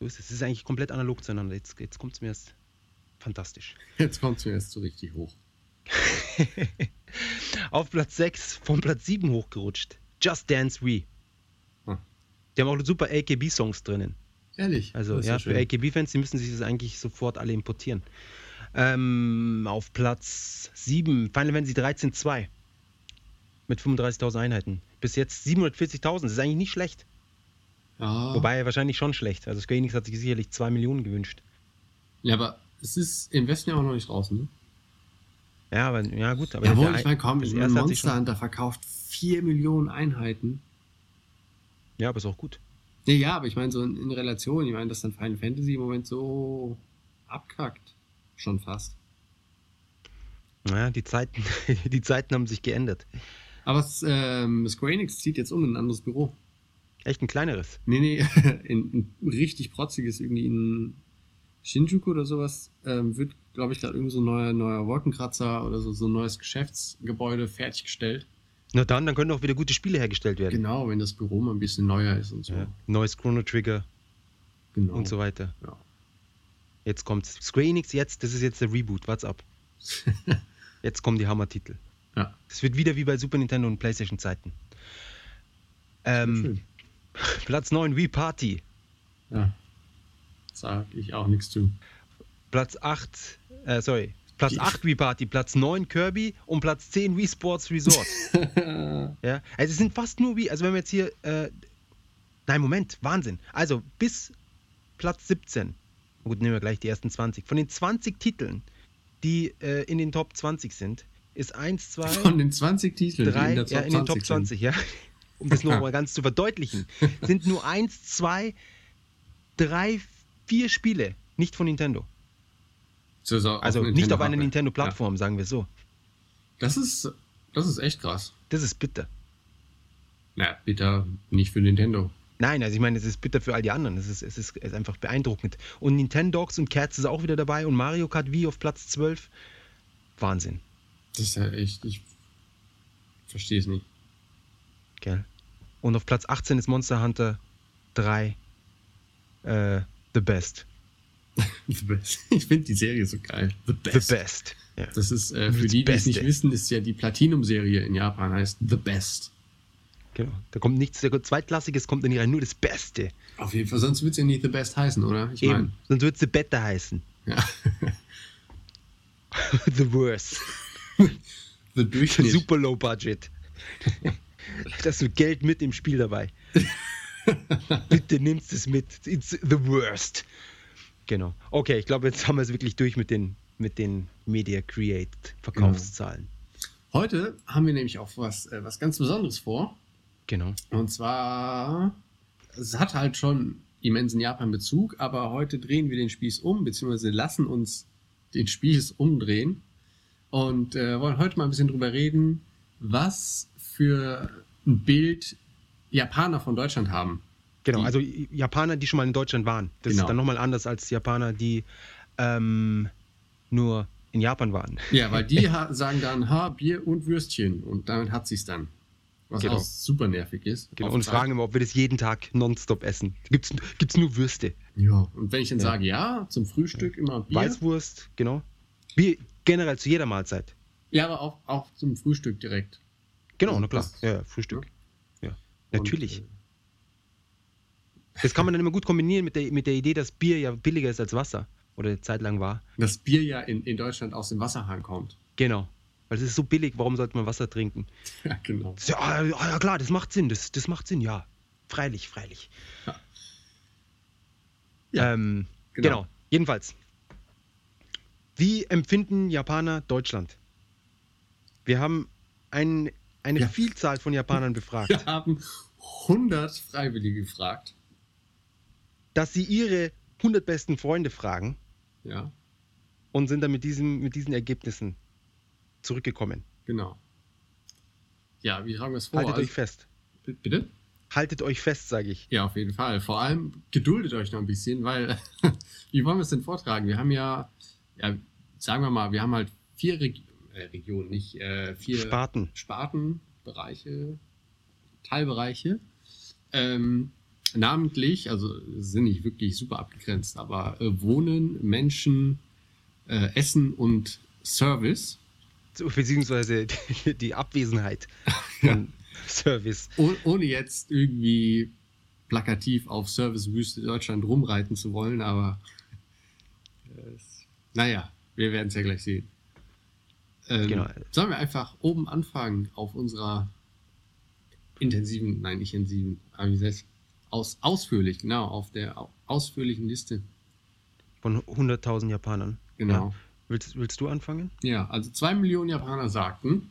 S2: So ist es. Es ist eigentlich komplett analog zueinander. Jetzt, jetzt kommt es mir erst fantastisch.
S1: Jetzt kommt es mir erst so richtig hoch.
S2: Auf Platz 6, von Platz 7 hochgerutscht. Just Dance Wii.
S1: Hm.
S2: Die haben auch super AKB-Songs drinnen.
S1: Ehrlich.
S2: Also
S1: Das ist
S2: ja,
S1: schön.
S2: für AKB-Fans, die müssen sich das eigentlich sofort alle importieren. Ähm, auf Platz 7, Final Fantasy 13 2 mit 35.000 Einheiten. Bis jetzt 740.000, das ist eigentlich nicht schlecht.
S1: Ja.
S2: Wobei wahrscheinlich schon schlecht. Also Square Enix hat sich sicherlich 2 Millionen gewünscht.
S1: Ja, aber es ist im Westen ja auch noch nicht raus, ne?
S2: Ja, aber ja gut, aber
S1: Jawohl,
S2: der-
S1: ich meine, komm,
S2: das
S1: ich mein,
S2: erste hat sich
S1: Monster Hunter verkauft 4 Millionen Einheiten.
S2: schon- Ja, aber ist auch gut.
S1: Nee, ja, aber ich meine, so in, in Relation, ich meine, dass dann Final Fantasy im Moment so abkackt. Schon fast.
S2: Naja, die Zeiten, die Zeiten haben sich geändert.
S1: Aber es, ähm, Square Enix zieht jetzt um in ein anderes Büro.
S2: Echt ein kleineres.
S1: Nee, nee, in ein richtig protziges, irgendwie in Shinjuku oder sowas, ähm, wird, glaube ich, gerade irgendwie so ein neuer, neuer Wolkenkratzer oder so, so ein neues Geschäftsgebäude fertiggestellt.
S2: Na dann, dann können auch wieder gute Spiele hergestellt werden.
S1: Genau, wenn das Büro mal ein bisschen neuer ist und so.
S2: Ja. Neues Chrono Trigger
S1: Genau.
S2: und so weiter.
S1: Ja.
S2: Jetzt kommt's. Square Enix jetzt, das ist jetzt der Reboot, what's up? jetzt kommen die Hammer-Titel.
S1: Ja.
S2: Das wird wieder wie bei Super Nintendo und Playstation Zeiten. Ähm,
S1: Schön.
S2: Platz 9, Wii Party.
S1: Ja. Sag ich auch nichts zu.
S2: Platz 8, äh, sorry. Platz
S1: Die-
S2: 8 Wii Party, Platz 9 Kirby und Platz 10 Wii Sports Resort. ja, also es sind fast nur Wii. Also wenn wir jetzt hier, äh, nein, Moment, Wahnsinn. Also bis Platz 17. Na Gut, nehmen wir gleich die ersten 20. Von den 20 Titeln, die äh, in den Top 20 sind, ist 1, 2,
S1: Von den 20 Titeln, die
S2: drei,
S1: in der Top
S2: ja, in den Top
S1: 20 sind.
S2: 20, ja. um das nochmal ganz zu verdeutlichen, sind nur eins, zwei, drei, vier Spiele nicht von Nintendo.
S1: So ist er auf
S2: Also nicht
S1: Nintendo
S2: auf einer
S1: Hardware.
S2: Nintendo-Plattform, sagen wir so.
S1: Ja. Das ist, das ist echt krass.
S2: Das ist bitter.
S1: Naja, bitter nicht für Nintendo.
S2: Nein, also ich meine, es ist bitter für all die anderen. Es ist, es ist, es ist einfach beeindruckend. Und Nintendogs und Cats ist auch wieder dabei und Mario Kart Wii auf Platz 12. Wahnsinn,
S1: Das ist ja echt, ich verstehe es nicht.
S2: gell? Und auf Platz 18 ist Monster Hunter 3 äh, The Best.
S1: The best. Ich finde die Serie so geil. The Best.
S2: The Best. Ja.
S1: Das ist, äh, für
S2: Das
S1: die, die es
S2: Beste.
S1: nicht wissen, ist ja die Platinum-Serie in Japan, heißt The Best.
S2: Genau. Da kommt nichts, da kommt Zweitklassiges kommt da nicht rein, nur das Beste.
S1: Auf jeden Fall, sonst wird es ja nicht The Best heißen, oder? Ich
S2: Eben. Sonst würde es The Better heißen.
S1: mein, ja.
S2: The Worst.
S1: The Durchschnitt.
S2: Super Low Budget. Dass du Geld mit im Spiel dabei. Bitte nimmst es mit. It's the worst. Genau. Okay, ich glaube, jetzt haben wir es wirklich durch mit den, mit den Media Create Verkaufszahlen.
S1: Heute haben wir nämlich auch was, äh, was ganz Besonderes vor.
S2: Genau.
S1: Und zwar, es hat halt schon immensen Japan-Bezug, aber heute drehen wir den Spieß um, beziehungsweise lassen uns den Spieß umdrehen und äh, wollen heute mal ein bisschen drüber reden, was für ein Bild Japaner von Deutschland haben.
S2: Genau.
S1: Die-
S2: Also J- Japaner, die schon mal in Deutschland waren. Das
S1: Genau.
S2: ist dann nochmal anders als Japaner, die ähm, nur in Japan waren.
S1: Ja, weil die ha- sagen dann Ha, Bier und Würstchen und damit hat sie's dann. Was
S2: Genau.
S1: auch super nervig ist.
S2: Genau.
S1: Auf
S2: Und
S1: Zeit.
S2: fragen immer, ob wir das jeden Tag nonstop essen. Gibt's, gibt's nur Würste?
S1: Ja. Und wenn ich dann
S2: Ja.
S1: sage, ja, zum Frühstück immer Bier.
S2: Weißwurst, genau. Wie generell zu jeder Mahlzeit.
S1: Ja, aber auch, auch zum Frühstück direkt.
S2: Genau,
S1: Also
S2: na klar.
S1: das-
S2: Ja, ja, Frühstück. Ja,
S1: Und,
S2: natürlich.
S1: äh,
S2: das kann man dann immer gut kombinieren mit der, mit der Idee, dass Bier ja billiger ist als Wasser. Oder eine Zeit lang war.
S1: das Bier ja in, in Deutschland aus dem Wasserhahn kommt.
S2: Genau. Weil es ist so billig, warum sollte man Wasser trinken?
S1: Ja, genau.
S2: Das, ist ja, ah, ja, ja, klar, das macht Sinn. Das, das macht Sinn, ja. Freilich, freilich.
S1: Ja. Ja,
S2: Ja, ähm,
S1: genau.
S2: genau. Jedenfalls. Wie empfinden Japaner Deutschland? Wir haben ein, eine
S1: Ja.
S2: Vielzahl von Japanern befragt.
S1: Wir haben 100 Freiwillige gefragt.
S2: dass sie ihre 100 besten Freunde fragen
S1: Ja,
S2: und sind dann mit, diesem, mit diesen Ergebnissen zurückgekommen.
S1: genau. Ja, wie tragen wir es vor?
S2: Haltet
S1: Also-
S2: euch fest.
S1: B- Bitte?
S2: Haltet euch fest, sage ich.
S1: Ja, auf jeden Fall. Vor allem geduldet euch noch ein bisschen, weil wie wollen wir es denn vortragen? Wir haben ja, ja sagen wir mal, wir haben halt vier Reg äh, Regionen, nicht äh, vier
S2: Sparten.
S1: Spartenbereiche, Teilbereiche. Ähm, namentlich, also sind nicht wirklich super abgegrenzt, aber äh, Wohnen, Menschen, äh, Essen und Service.
S2: So, Beziehungsweise die, die Abwesenheit von Service.
S1: Oh, ohne jetzt irgendwie plakativ auf Servicewüste Deutschland rumreiten zu wollen, aber äh, es- naja, wir werden es ja gleich sehen. Ähm,
S2: Genau.
S1: Sollen wir einfach oben anfangen auf unserer intensiven, nein, nicht intensiven, aber wie gesagt, aus, ausführlich, genau, auf der au- ausführlichen Liste.
S2: Von 100.000 Japanern.
S1: Genau.
S2: Willst, willst du anfangen?
S1: Ja, also zwei Millionen Japaner sagten,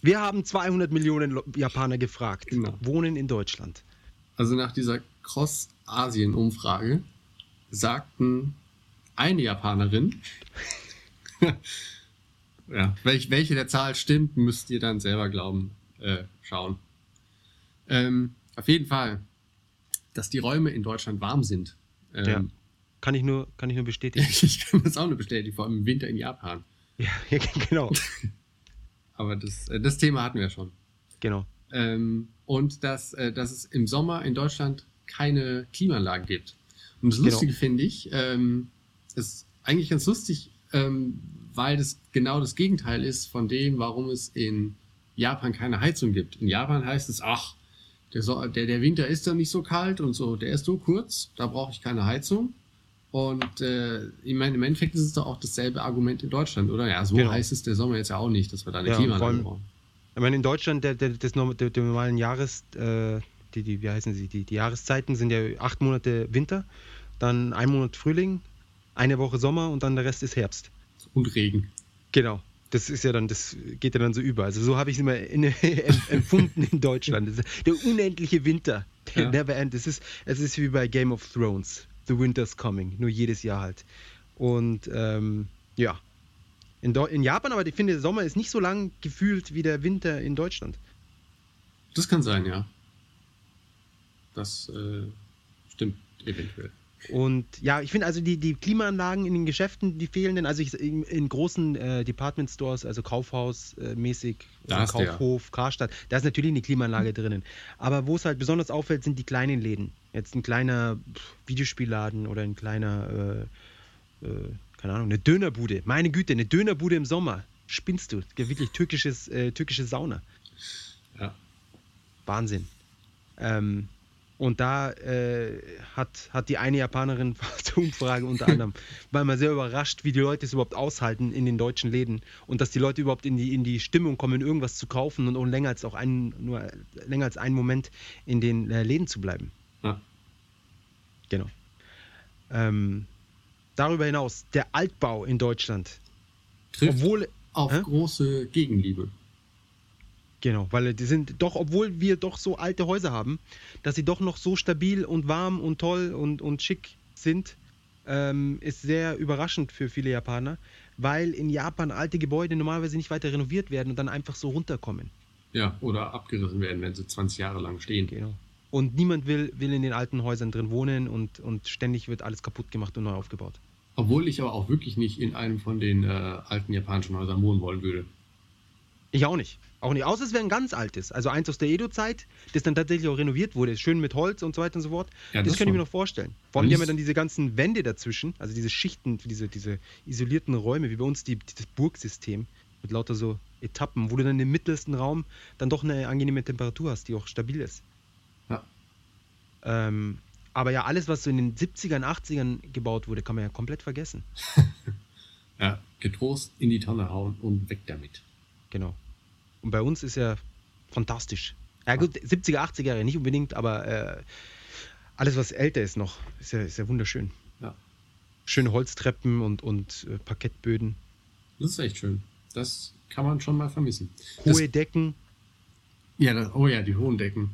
S2: Wir haben 200 Millionen Lo- Japaner gefragt.
S1: Genau.
S2: Wohnen in Deutschland.
S1: Also nach dieser Cross-Asien-Umfrage sagten eine Japanerin, ja, welch, welche der Zahl stimmt, müsst ihr dann selber glauben, äh, schauen. Ähm, auf jeden Fall, dass die Räume in Deutschland warm sind. Ähm,
S2: Ja. Kann ich nur, kann ich nur bestätigen.
S1: Ich kann das auch nur bestätigen, vor allem im Winter in Japan.
S2: ja, ja, genau.
S1: Aber das, äh, das Thema hatten wir schon.
S2: genau.
S1: Ähm, und dass, äh, dass es im Sommer in Deutschland keine Klimaanlagen gibt. Und das
S2: Genau.
S1: Lustige finde ich, ähm, ist eigentlich ganz lustig, ähm, weil das genau das Gegenteil ist von dem, warum es in Japan keine Heizung gibt. In Japan heißt es, ach, der, so der, der Winter ist doch nicht so kalt und so, der ist so kurz, da brauche ich keine Heizung. Und äh, ich meine, im Endeffekt ist es doch auch dasselbe Argument in Deutschland, oder? Ja, so
S2: Genau.
S1: heiß ist der Sommer jetzt ja auch nicht, dass wir da eine
S2: Ja, und vor
S1: Klimaanlage
S2: allem-
S1: brauchen.
S2: Ich meine, in Deutschland, der, der, des, norm- der, der normalen Jahres, äh, die, die, wie heißen sie, die, die Jahreszeiten sind ja acht Monate Winter, dann ein Monat Frühling, eine Woche Sommer und dann der Rest ist Herbst.
S1: Und Regen.
S2: Genau. Das ist ja dann, das geht ja dann so über. Also so habe ich es immer in, em- empfunden in Deutschland. Das ist der unendliche Winter. Der
S1: Ja.
S2: Never end. Es ist, es ist wie bei Game of Thrones. The Winter's Coming. Nur jedes Jahr halt. Und ähm, ja. In, Deu- in Japan, aber ich finde, der Sommer ist nicht so lang gefühlt wie der Winter in Deutschland.
S1: Das kann sein, ja. Das äh, stimmt eventuell.
S2: Und ja, ich finde also die, die Klimaanlagen in den Geschäften, die fehlenden, also ich, in, in großen äh, Department Stores, also Kaufhaus-mäßig,
S1: Da ist der.
S2: Kaufhof, Karstadt, da ist natürlich eine Klimaanlage drinnen. Aber wo es halt besonders auffällt, sind die kleinen Läden. Jetzt ein kleiner pff, Videospielladen oder ein kleiner, äh, äh, keine Ahnung, eine Dönerbude. Meine Güte, eine Dönerbude im Sommer. Spinnst du? Ja, Wirklich türkisches, äh, türkische Sauna.
S1: Ja.
S2: Wahnsinn. Ähm, und da äh, hat, hat die eine Japanerin zur Umfrage unter anderem, weil man sehr überrascht, wie die Leute es überhaupt aushalten in den deutschen Läden und dass die Leute überhaupt in die, in die Stimmung kommen, irgendwas zu kaufen und auch länger als auch einen, nur länger als einen Moment in den äh, Läden zu bleiben.
S1: ja.
S2: Genau. Ähm, darüber hinaus, der Altbau in Deutschland,
S1: Trifft
S2: obwohl
S1: auf
S2: Hä?
S1: große Gegenliebe.
S2: Genau, weil die sind doch, obwohl wir doch so alte Häuser haben, dass sie doch noch so stabil und warm und toll und, und schick sind, ähm, ist sehr überraschend für viele Japaner, weil in Japan alte Gebäude normalerweise nicht weiter renoviert werden und dann einfach so runterkommen.
S1: Ja, oder abgerissen werden, wenn sie 20 Jahre lang stehen.
S2: Genau. Und niemand will, will in den alten Häusern drin wohnen und, und ständig wird alles kaputt gemacht und neu aufgebaut.
S1: Obwohl ich aber auch wirklich nicht in einem von den äh, alten japanischen Häusern wohnen wollen würde.
S2: Ich auch nicht. Auch nicht. Außer es wäre ein ganz altes. Also eins aus der Edo-Zeit, das dann tatsächlich auch renoviert wurde. Schön mit Holz und so weiter und so fort.
S1: Ja, das
S2: das könnte ich
S1: schon.
S2: mir noch vorstellen. Vor
S1: Dann
S2: allem die haben ja
S1: ist-
S2: dann diese ganzen Wände dazwischen, also diese Schichten, diese, diese isolierten Räume, wie bei uns die, die, das Burgsystem mit lauter so Etappen, wo du dann im mittelsten Raum dann doch eine angenehme Temperatur hast, die auch stabil ist.
S1: Ja.
S2: Ähm, aber ja, alles, was so in den 70ern, 80ern gebaut wurde, kann man ja komplett vergessen.
S1: ja. Getrost in die Tonne hauen und weg damit.
S2: Genau. Und bei uns ist ja fantastisch. Ja gut, 70er, 80er Jahre nicht unbedingt, aber äh, alles, was älter ist noch, ist ja, ist ja wunderschön.
S1: Ja.
S2: Schöne Holztreppen und, und äh, Parkettböden,
S1: Das ist echt schön. Das kann man schon mal vermissen. Das,
S2: hohe Decken
S1: ja, das, oh ja, die hohen Decken.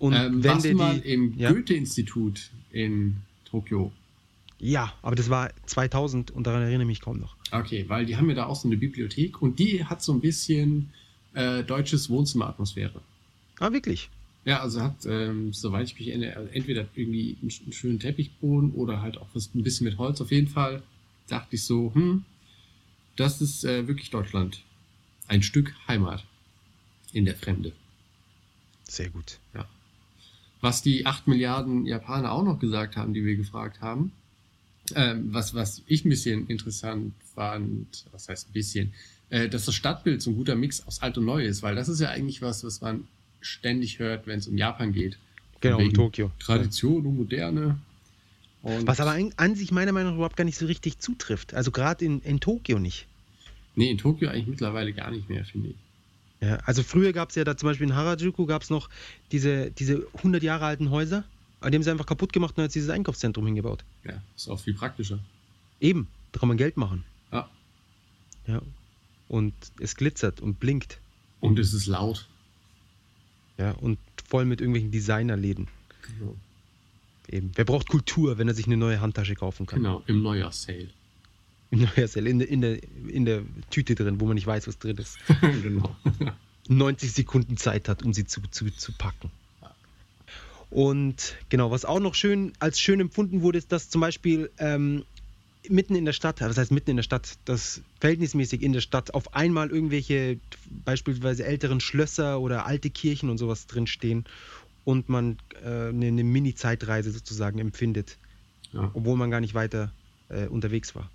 S2: und
S1: ähm, warst
S2: Wände,
S1: du mal
S2: die...
S1: im
S2: ja,
S1: Goethe-Institut in Tokio?
S2: ja, aber das war 2000 und daran erinnere ich mich kaum noch.
S1: Okay, weil die haben ja da auch so eine Bibliothek und die hat so ein bisschen äh, deutsches Wohnzimmeratmosphäre.
S2: Ah, wirklich?
S1: Ja, also hat, ähm, soweit ich mich erinnere, entweder irgendwie einen, sch- einen schönen Teppichboden oder halt auch was ein bisschen mit Holz. Auf jeden Fall dachte ich so, hm, das ist äh, wirklich Deutschland. Ein Stück Heimat in der Fremde.
S2: Sehr gut.
S1: Was die 8 Milliarden Japaner auch noch gesagt haben, die wir gefragt haben, ähm, was, was ich ein bisschen interessant fand, was heißt ein bisschen, äh, dass das Stadtbild so ein guter Mix aus alt und neu ist, weil das ist ja eigentlich was, was man ständig hört, wenn es um Japan geht. Von
S2: Genau, in
S1: wegen
S2: Tokio.
S1: Tradition und Moderne. Und
S2: Was aber an, an sich meiner Meinung nach überhaupt gar nicht so richtig zutrifft. Also gerade in, in Tokio nicht.
S1: Nee, in Tokio eigentlich mittlerweile gar nicht mehr, finde ich.
S2: Ja, also früher gab es ja da zum Beispiel in Harajuku gab es noch diese, diese 100 Jahre alten Häuser, aber die haben sie einfach kaputt gemacht und jetzt dieses Einkaufszentrum hingebaut.
S1: Ja, ist auch viel praktischer.
S2: Eben, da kann man Geld machen.
S1: Ja.
S2: Ja. Und es glitzert und blinkt.
S1: Und es ist laut.
S2: Ja, und voll mit irgendwelchen Designerläden.
S1: Genau.
S2: Eben. Wer braucht Kultur, wenn er sich eine neue Handtasche kaufen kann?
S1: genau im Neujahrssale.
S2: Im Neujahrssale, in, der- in, der, in der Tüte drin, wo man nicht weiß, was drin ist.
S1: genau.
S2: 90 Sekunden Zeit hat, um sie zu, zu, zu packen. Und genau, was auch noch schön als schön empfunden wurde, ist, dass zum Beispiel ähm, mitten in der Stadt, was heißt mitten in der Stadt, dass verhältnismäßig in der Stadt auf einmal irgendwelche beispielsweise älteren Schlösser oder alte Kirchen und sowas drinstehen und man äh, eine, eine Mini-Zeitreise sozusagen empfindet,
S1: Ja.
S2: obwohl man gar nicht weiter äh, unterwegs war.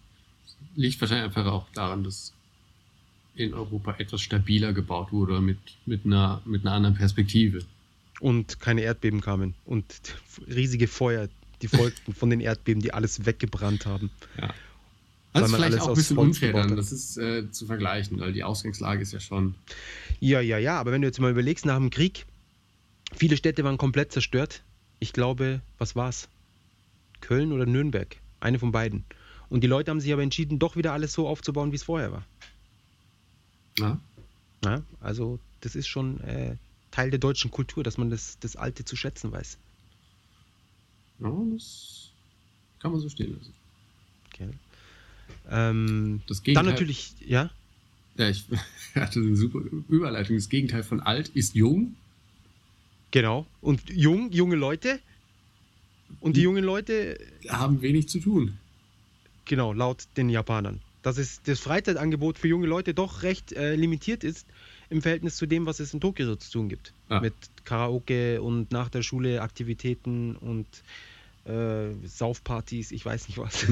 S1: Liegt wahrscheinlich einfach auch daran, dass in Europa etwas stabiler gebaut wurde mit, mit, einer, mit einer anderen Perspektive.
S2: und keine Erdbeben kamen und riesige Feuer, die folgten von den Erdbeben, die alles weggebrannt haben.
S1: Das
S2: Weil
S1: ist
S2: man
S1: vielleicht
S2: alles
S1: auch ein
S2: aus
S1: bisschen
S2: Holz
S1: unfair
S2: gebaut
S1: dann,
S2: hat.
S1: das ist äh, zu vergleichen, weil die Ausgangslage ist ja schon.
S2: Ja, ja, ja, aber wenn du jetzt mal überlegst, nach dem Krieg, viele Städte waren komplett zerstört. Ich glaube, was war's? Köln oder Nürnberg? Eine von beiden. Und die Leute haben sich aber entschieden, doch wieder alles so aufzubauen, wie es vorher war.
S1: Ja.
S2: Ja, also das ist schon äh, Teil der deutschen Kultur, dass man das, das Alte zu schätzen weiß.
S1: ja, das kann man so stehen lassen.
S2: Gell? Ähm,
S1: Das
S2: dann
S1: Gegenteil-
S2: natürlich, ja,
S1: Ja, ich hatte eine super Überleitung. Das Gegenteil von alt ist jung.
S2: genau. Und jung, junge Leute. Und die
S1: Hm.
S2: jungen Leute,
S1: haben wenig zu tun.
S2: genau, laut den Japanern. Dass es das Freizeitangebot für junge Leute doch recht äh, limitiert ist im Verhältnis zu dem, was es in Tokio zu tun gibt.
S1: Ah.
S2: Mit Karaoke und nach der Schule Aktivitäten und äh, Saufpartys, ich weiß nicht was.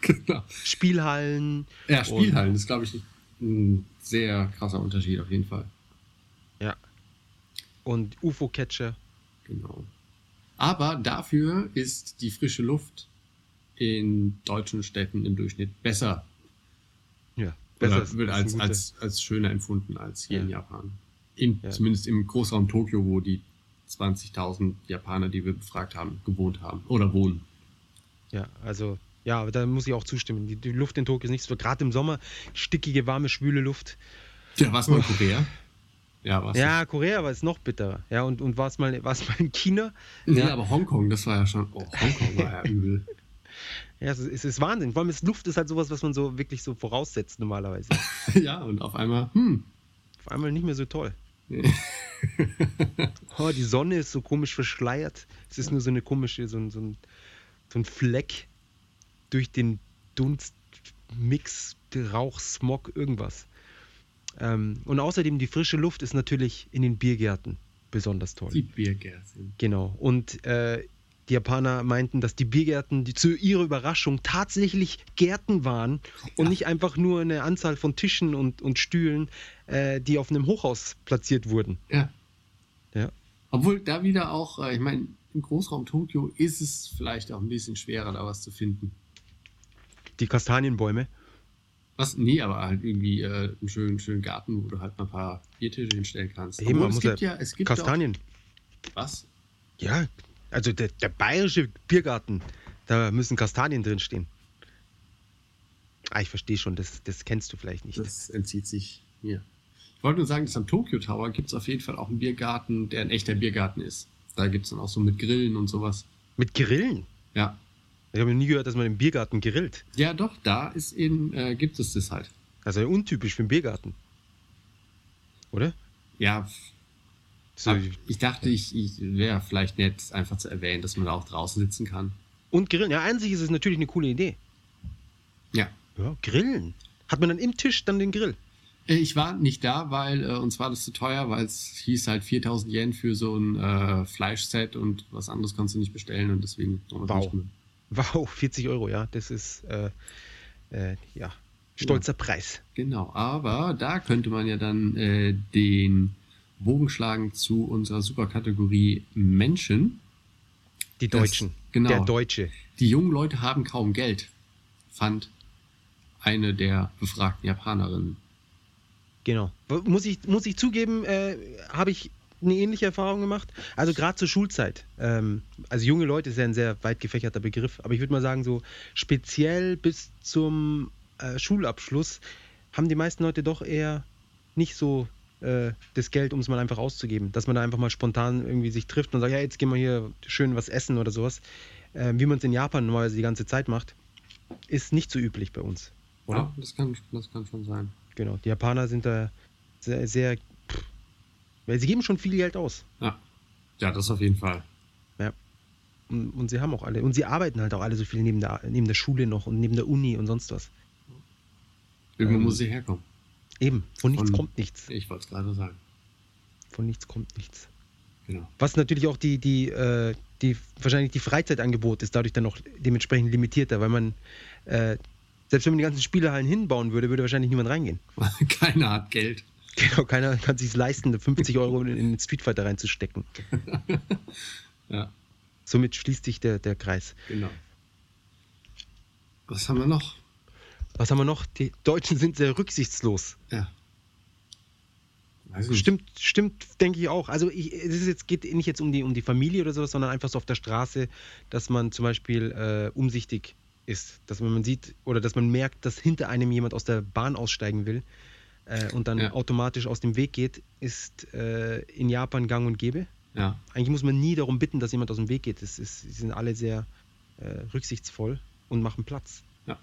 S1: Genau.
S2: Spielhallen.
S1: Ja, Spielhallen ist, glaube ich, ein sehr krasser Unterschied auf jeden Fall.
S2: Ja. Und UFO-Catcher.
S1: Genau. Aber dafür ist die frische Luft in deutschen Städten im Durchschnitt besser.
S2: Ja,
S1: Oder
S2: ist-
S1: wird
S2: ist
S1: als,
S2: ein guter-
S1: als, als schöner empfunden als hier
S2: Ja.
S1: in Japan. In,
S2: Ja.
S1: Zumindest im Großraum Tokio, wo die 20.000 Japaner, die wir befragt haben, gewohnt haben oder wohnen.
S2: Ja, also, ja, aber da muss ich auch zustimmen. Die, die Luft in Tokio ist nicht so, gerade im Sommer, stickige, warme, schwüle Luft.
S1: Ja, was mal in Korea? Ja, was?
S2: Ja, Korea war es noch bitterer. Ja, und, und war es mal, war's mal in China?
S1: Nee, aber Hongkong, das war ja schon. Oh, Hongkong war ja übel.
S2: Ja, es ist, es ist Wahnsinn. Vor allem ist Luft ist halt sowas, was man so wirklich so voraussetzt normalerweise.
S1: ja, und auf einmal, hm,
S2: Auf einmal nicht mehr so toll. oh, die Sonne ist so komisch verschleiert. Es ist nur so eine komische, so ein, so ein, so ein Fleck durch den Dunstmix, Rauch, Smog, irgendwas. Ähm, und außerdem die frische Luft ist natürlich in den Biergärten besonders toll.
S1: die Biergärten.
S2: Genau. Und äh, die Japaner meinten, dass die Biergärten, die zu ihrer Überraschung tatsächlich Gärten waren und nicht einfach nur eine Anzahl von Tischen und, und Stühlen, äh, die auf einem Hochhaus platziert wurden.
S1: Ja.
S2: Ja.
S1: Obwohl da wieder auch, äh, ich meine, im Großraum Tokio ist es vielleicht auch ein bisschen schwerer, da was zu finden.
S2: Die Kastanienbäume.
S1: Was? Nee, aber halt irgendwie äh, einen schönen, schönen Garten, wo du halt mal ein paar Biertische hinstellen kannst.
S2: Eben, man
S1: es
S2: muss
S1: gibt ja, es gibt
S2: Kastanien.
S1: Ja auch, was?
S2: Ja, also der, der bayerische Biergarten, da müssen Kastanien drinstehen. Ah, ich verstehe schon, das, das kennst du vielleicht nicht.
S1: Das entzieht sich mir. Ich wollte nur sagen, dass am Tokyo Tower gibt es auf jeden Fall auch einen Biergarten, der ein echter Biergarten ist. Da gibt es dann auch so mit Grillen und sowas.
S2: Mit Grillen?
S1: Ja.
S2: Ich habe noch nie gehört, dass man im Biergarten grillt.
S1: Ja, doch, da ist eben, äh, gibt es das halt.
S2: Also untypisch für einen Biergarten. Oder?
S1: Ja,
S2: So,
S1: ich dachte, ich, ich wäre vielleicht nett, einfach zu erwähnen, dass man da auch draußen sitzen kann.
S2: Und grillen. Ja, an sich ist es natürlich eine coole Idee.
S1: Ja.
S2: Ja, grillen. Hat man dann im Tisch dann den Grill?
S1: Äh, Ich war nicht da, weil äh, uns war das zu teuer, weil es hieß halt 4000 Yen für so ein äh, Fleischset und was anderes kannst du nicht bestellen und deswegen. haben wir nicht
S2: Wow.
S1: mit.
S2: Wow, 40 Euro, ja. Das ist, äh, äh, ja, stolzer Preis.
S1: Genau, aber da könnte man ja dann äh, den Bogen schlagen zu unserer Superkategorie Menschen.
S2: Die
S1: Das-
S2: Deutschen.
S1: genau.
S2: Der Deutsche.
S1: Die jungen Leute haben kaum Geld, fand eine der befragten Japanerinnen.
S2: Genau. W- Muss ich, muss ich zugeben, äh, habe ich eine ähnliche Erfahrung gemacht. Also gerade zur Schulzeit. Ähm, also junge Leute ist ja ein sehr weit gefächerter Begriff, aber ich würde mal sagen, so speziell bis zum äh, Schulabschluss haben die meisten Leute doch eher nicht so äh, das Geld, um es mal einfach auszugeben. Dass man da einfach mal spontan irgendwie sich trifft und sagt, ja, jetzt gehen wir hier schön was essen oder sowas. Äh, wie man es in Japan normalerweise die ganze Zeit macht, ist nicht so üblich bei uns. Oder?
S1: Ja, das kann, das kann schon sein.
S2: Genau, die Japaner sind da sehr, sehr pff, weil sie geben schon viel Geld aus.
S1: Ja, ja das auf jeden Fall.
S2: Und, und sie haben auch alle, und sie arbeiten halt auch alle so viel neben der, neben der Schule noch und neben der Uni und sonst was.
S1: Irgendwo
S2: Ähm,
S1: muss sie herkommen.
S2: Eben, von nichts
S1: Von-
S2: kommt nichts.
S1: Ich wollte es gerade sagen.
S2: Von nichts kommt nichts.
S1: Genau.
S2: Was natürlich auch die, die, äh, die wahrscheinlich die Freizeitangebot ist dadurch dann auch dementsprechend limitierter, weil man, äh, selbst wenn man die ganzen Spielehallen hinbauen würde, würde wahrscheinlich niemand reingehen.
S1: Keiner hat Geld.
S2: Genau, keiner kann sich leisten, da 50 Euro in, in den Street Fighter reinzustecken.
S1: Ja,
S2: Somit schließt sich der, der Kreis.
S1: genau. Was haben wir noch?
S2: Was haben wir noch? Die Deutschen sind sehr rücksichtslos.
S1: Ja. Weiß nicht.
S2: Stimmt, stimmt, denke ich auch. Also ich, es ist jetzt, geht nicht jetzt um die, um die Familie oder sowas, sondern einfach so auf der Straße, dass man zum Beispiel äh, umsichtig ist. Dass man, man sieht oder dass man merkt, dass hinter einem jemand aus der Bahn aussteigen will. äh, und dann
S1: Ja.
S2: automatisch aus dem Weg geht, ist äh, in Japan gang und gäbe.
S1: Ja.
S2: Eigentlich muss man nie darum bitten, dass jemand aus dem Weg geht. Es ist, sie sind alle sehr äh, rücksichtsvoll und machen Platz.
S1: Ja.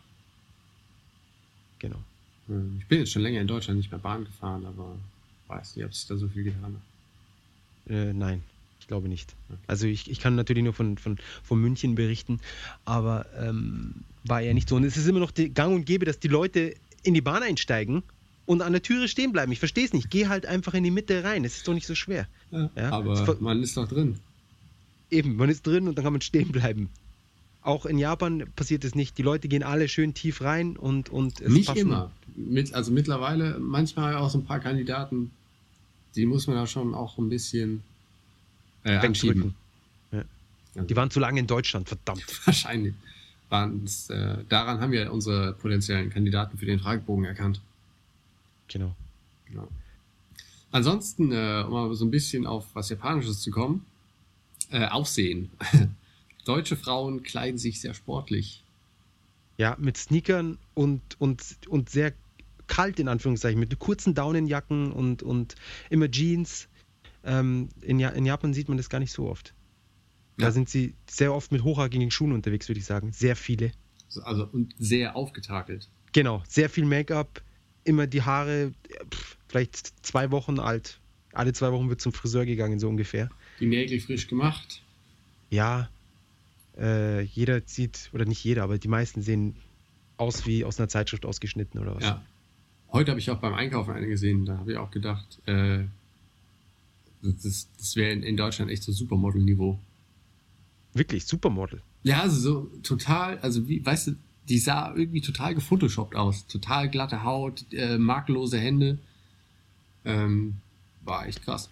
S2: Genau.
S1: Ähm, Ich bin jetzt schon länger in Deutschland nicht mehr Bahn gefahren, aber weiß nicht, ob sich da so viel getan hat.
S2: Äh, nein, ich glaube nicht.
S1: Okay.
S2: Also ich, ich kann natürlich nur von, von, von München berichten, aber ähm, war ja nicht so. Und es ist immer noch die gang und gäbe, dass die Leute in die Bahn einsteigen und an der Türe stehen bleiben. Ich verstehe es nicht. Geh halt einfach in die Mitte rein. Es ist doch nicht so schwer.
S1: Ja,
S2: Ja. Es
S1: aber
S2: ver-
S1: man ist doch drin.
S2: Eben, man ist drin und dann kann man stehen bleiben. Auch in Japan passiert es nicht. Die Leute gehen alle schön tief rein und, und es
S1: nicht
S2: passen-
S1: immer. Mit, also mittlerweile manchmal auch so ein paar Kandidaten, die muss man da schon auch ein bisschen äh, anschieben.
S2: wegdrücken. Ja.
S1: Also-
S2: Die waren zu lange in Deutschland, verdammt.
S1: Wahrscheinlich. Waren's, äh, daran haben wir unsere potenziellen Kandidaten für den Fragebogen erkannt.
S2: Genau.
S1: Genau. Ansonsten, äh, um mal so ein bisschen auf was Japanisches zu kommen, äh, Aufsehen. Deutsche Frauen kleiden sich sehr sportlich.
S2: Ja, mit Sneakern und, und, und sehr kalt in Anführungszeichen, mit kurzen Daunenjacken und, und immer Jeans. Ähm, in, ja in Japan sieht man das gar nicht so oft. Da
S1: Ja.
S2: sind sie sehr oft mit hochhackigen Schuhen unterwegs, würde ich sagen. Sehr viele.
S1: Also, und sehr aufgetakelt.
S2: Genau, sehr viel Make-up, immer die Haare, pff, vielleicht zwei Wochen alt. Alle zwei Wochen wird zum Friseur gegangen, so ungefähr.
S1: Die Nägel frisch gemacht.
S2: Ja, äh, jeder sieht, oder nicht jeder, aber die meisten sehen aus wie aus einer Zeitschrift ausgeschnitten oder was.
S1: Ja. Heute habe ich auch beim Einkaufen eine gesehen, da habe ich auch gedacht, äh, das, das wäre in, in Deutschland echt so Supermodel-Niveau.
S2: Wirklich, Supermodel.
S1: Ja, also so total, also wie, weißt du, die sah irgendwie total gefotoshoppt aus. Total glatte Haut, äh, makellose Hände. Ähm, war echt krass.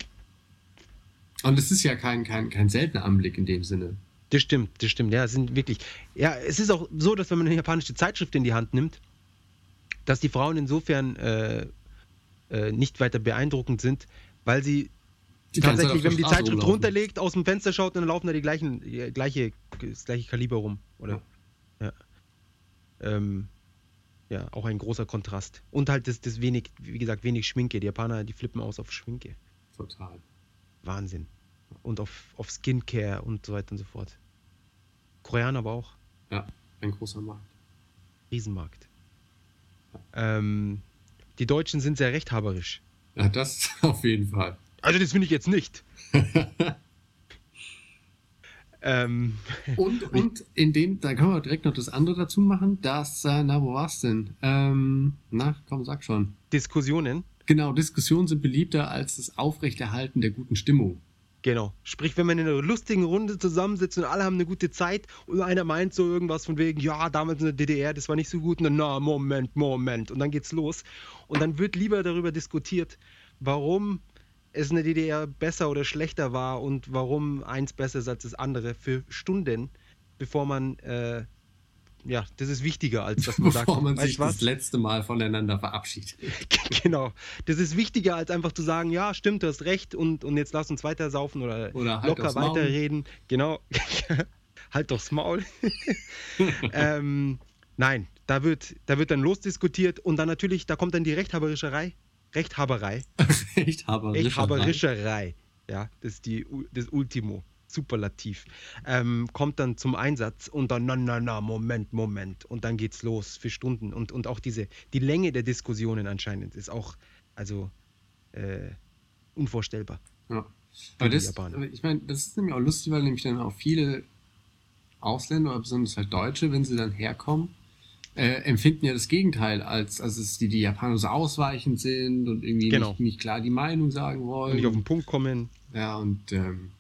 S1: Und es ist ja kein, kein, kein seltener Anblick in dem Sinne.
S2: Das stimmt, das stimmt. Ja, es sind wirklich. Ja, es ist auch so, dass wenn man eine japanische Zeitschrift in die Hand nimmt, dass die Frauen insofern äh, äh, nicht weiter beeindruckend sind, weil sie
S1: Die ganze Zeit auf der
S2: tatsächlich, wenn man die
S1: Straße
S2: Zeitschrift
S1: rumlaufen.
S2: runterlegt, aus dem Fenster schaut, dann laufen da die gleichen, äh, gleiche, das gleiche Kaliber rum, oder? Ja. Ähm, ja, auch ein großer Kontrast. Und halt das, das wenig, wie gesagt, wenig Schminke. Die Japaner, die flippen aus auf Schminke.
S1: Total.
S2: Wahnsinn. Und auf, auf Skincare und so weiter und so fort. Koreaner aber auch.
S1: Ja, ein großer Markt.
S2: Riesenmarkt. Ähm, die Deutschen sind sehr rechthaberisch.
S1: Ja, das auf jeden Fall.
S2: Also das finde ich jetzt nicht. ähm,
S1: Und, und in dem, da können wir direkt noch das andere dazu machen, dass, äh, na, wo war's denn? Ähm, na, komm, sag schon.
S2: Diskussionen,
S1: Genau, Diskussionen sind beliebter als das Aufrechterhalten der guten Stimmung.
S2: genau. Sprich, wenn man in einer lustigen Runde zusammensitzt und alle haben eine gute Zeit und einer meint so irgendwas von wegen, ja, damals in der DDR, das war nicht so gut, und dann, na, Moment, Moment. Und dann geht's los. Und dann wird lieber darüber diskutiert, warum es in der DDR besser oder schlechter war und warum eins besser ist als das andere für Stunden, bevor man, äh, ja, das ist wichtiger, als dass man sagt,
S1: Bevor man
S2: weißt
S1: sich
S2: du was?
S1: das letzte Mal voneinander verabschiedet.
S2: genau, das ist wichtiger, als einfach zu sagen, ja, stimmt, du hast recht und, und jetzt lass uns weiter saufen oder,
S1: Oder halt
S2: locker
S1: aufs Maul.
S2: weiterreden. Genau, halt doch's Maul. ähm, nein, da wird, da wird dann losdiskutiert und dann natürlich, da kommt dann die Rechthaberischerei. Rechthaberei.
S1: Echt haberisch.
S2: Rechthaberischerei. Ja, das ist die, U- das Ultimo. Superlativ. Ähm, kommt dann zum Einsatz und dann, na, na, na, Moment, Moment. Und dann geht's los für Stunden. Und, und auch diese, die Länge der Diskussionen anscheinend ist auch, also, äh, unvorstellbar.
S1: Ja. Aber das,
S2: Japaner.
S1: ich meine, das ist nämlich auch lustig, weil nämlich dann auch viele Ausländer oder besonders halt Deutsche, wenn sie dann herkommen, äh, empfinden ja das Gegenteil als, als es die, die Japaner so ausweichend sind und irgendwie
S2: Genau.
S1: nicht, nicht klar die Meinung sagen
S2: Und
S1: wollen.
S2: nicht auf den Punkt kommen.
S1: ja, und, ähm,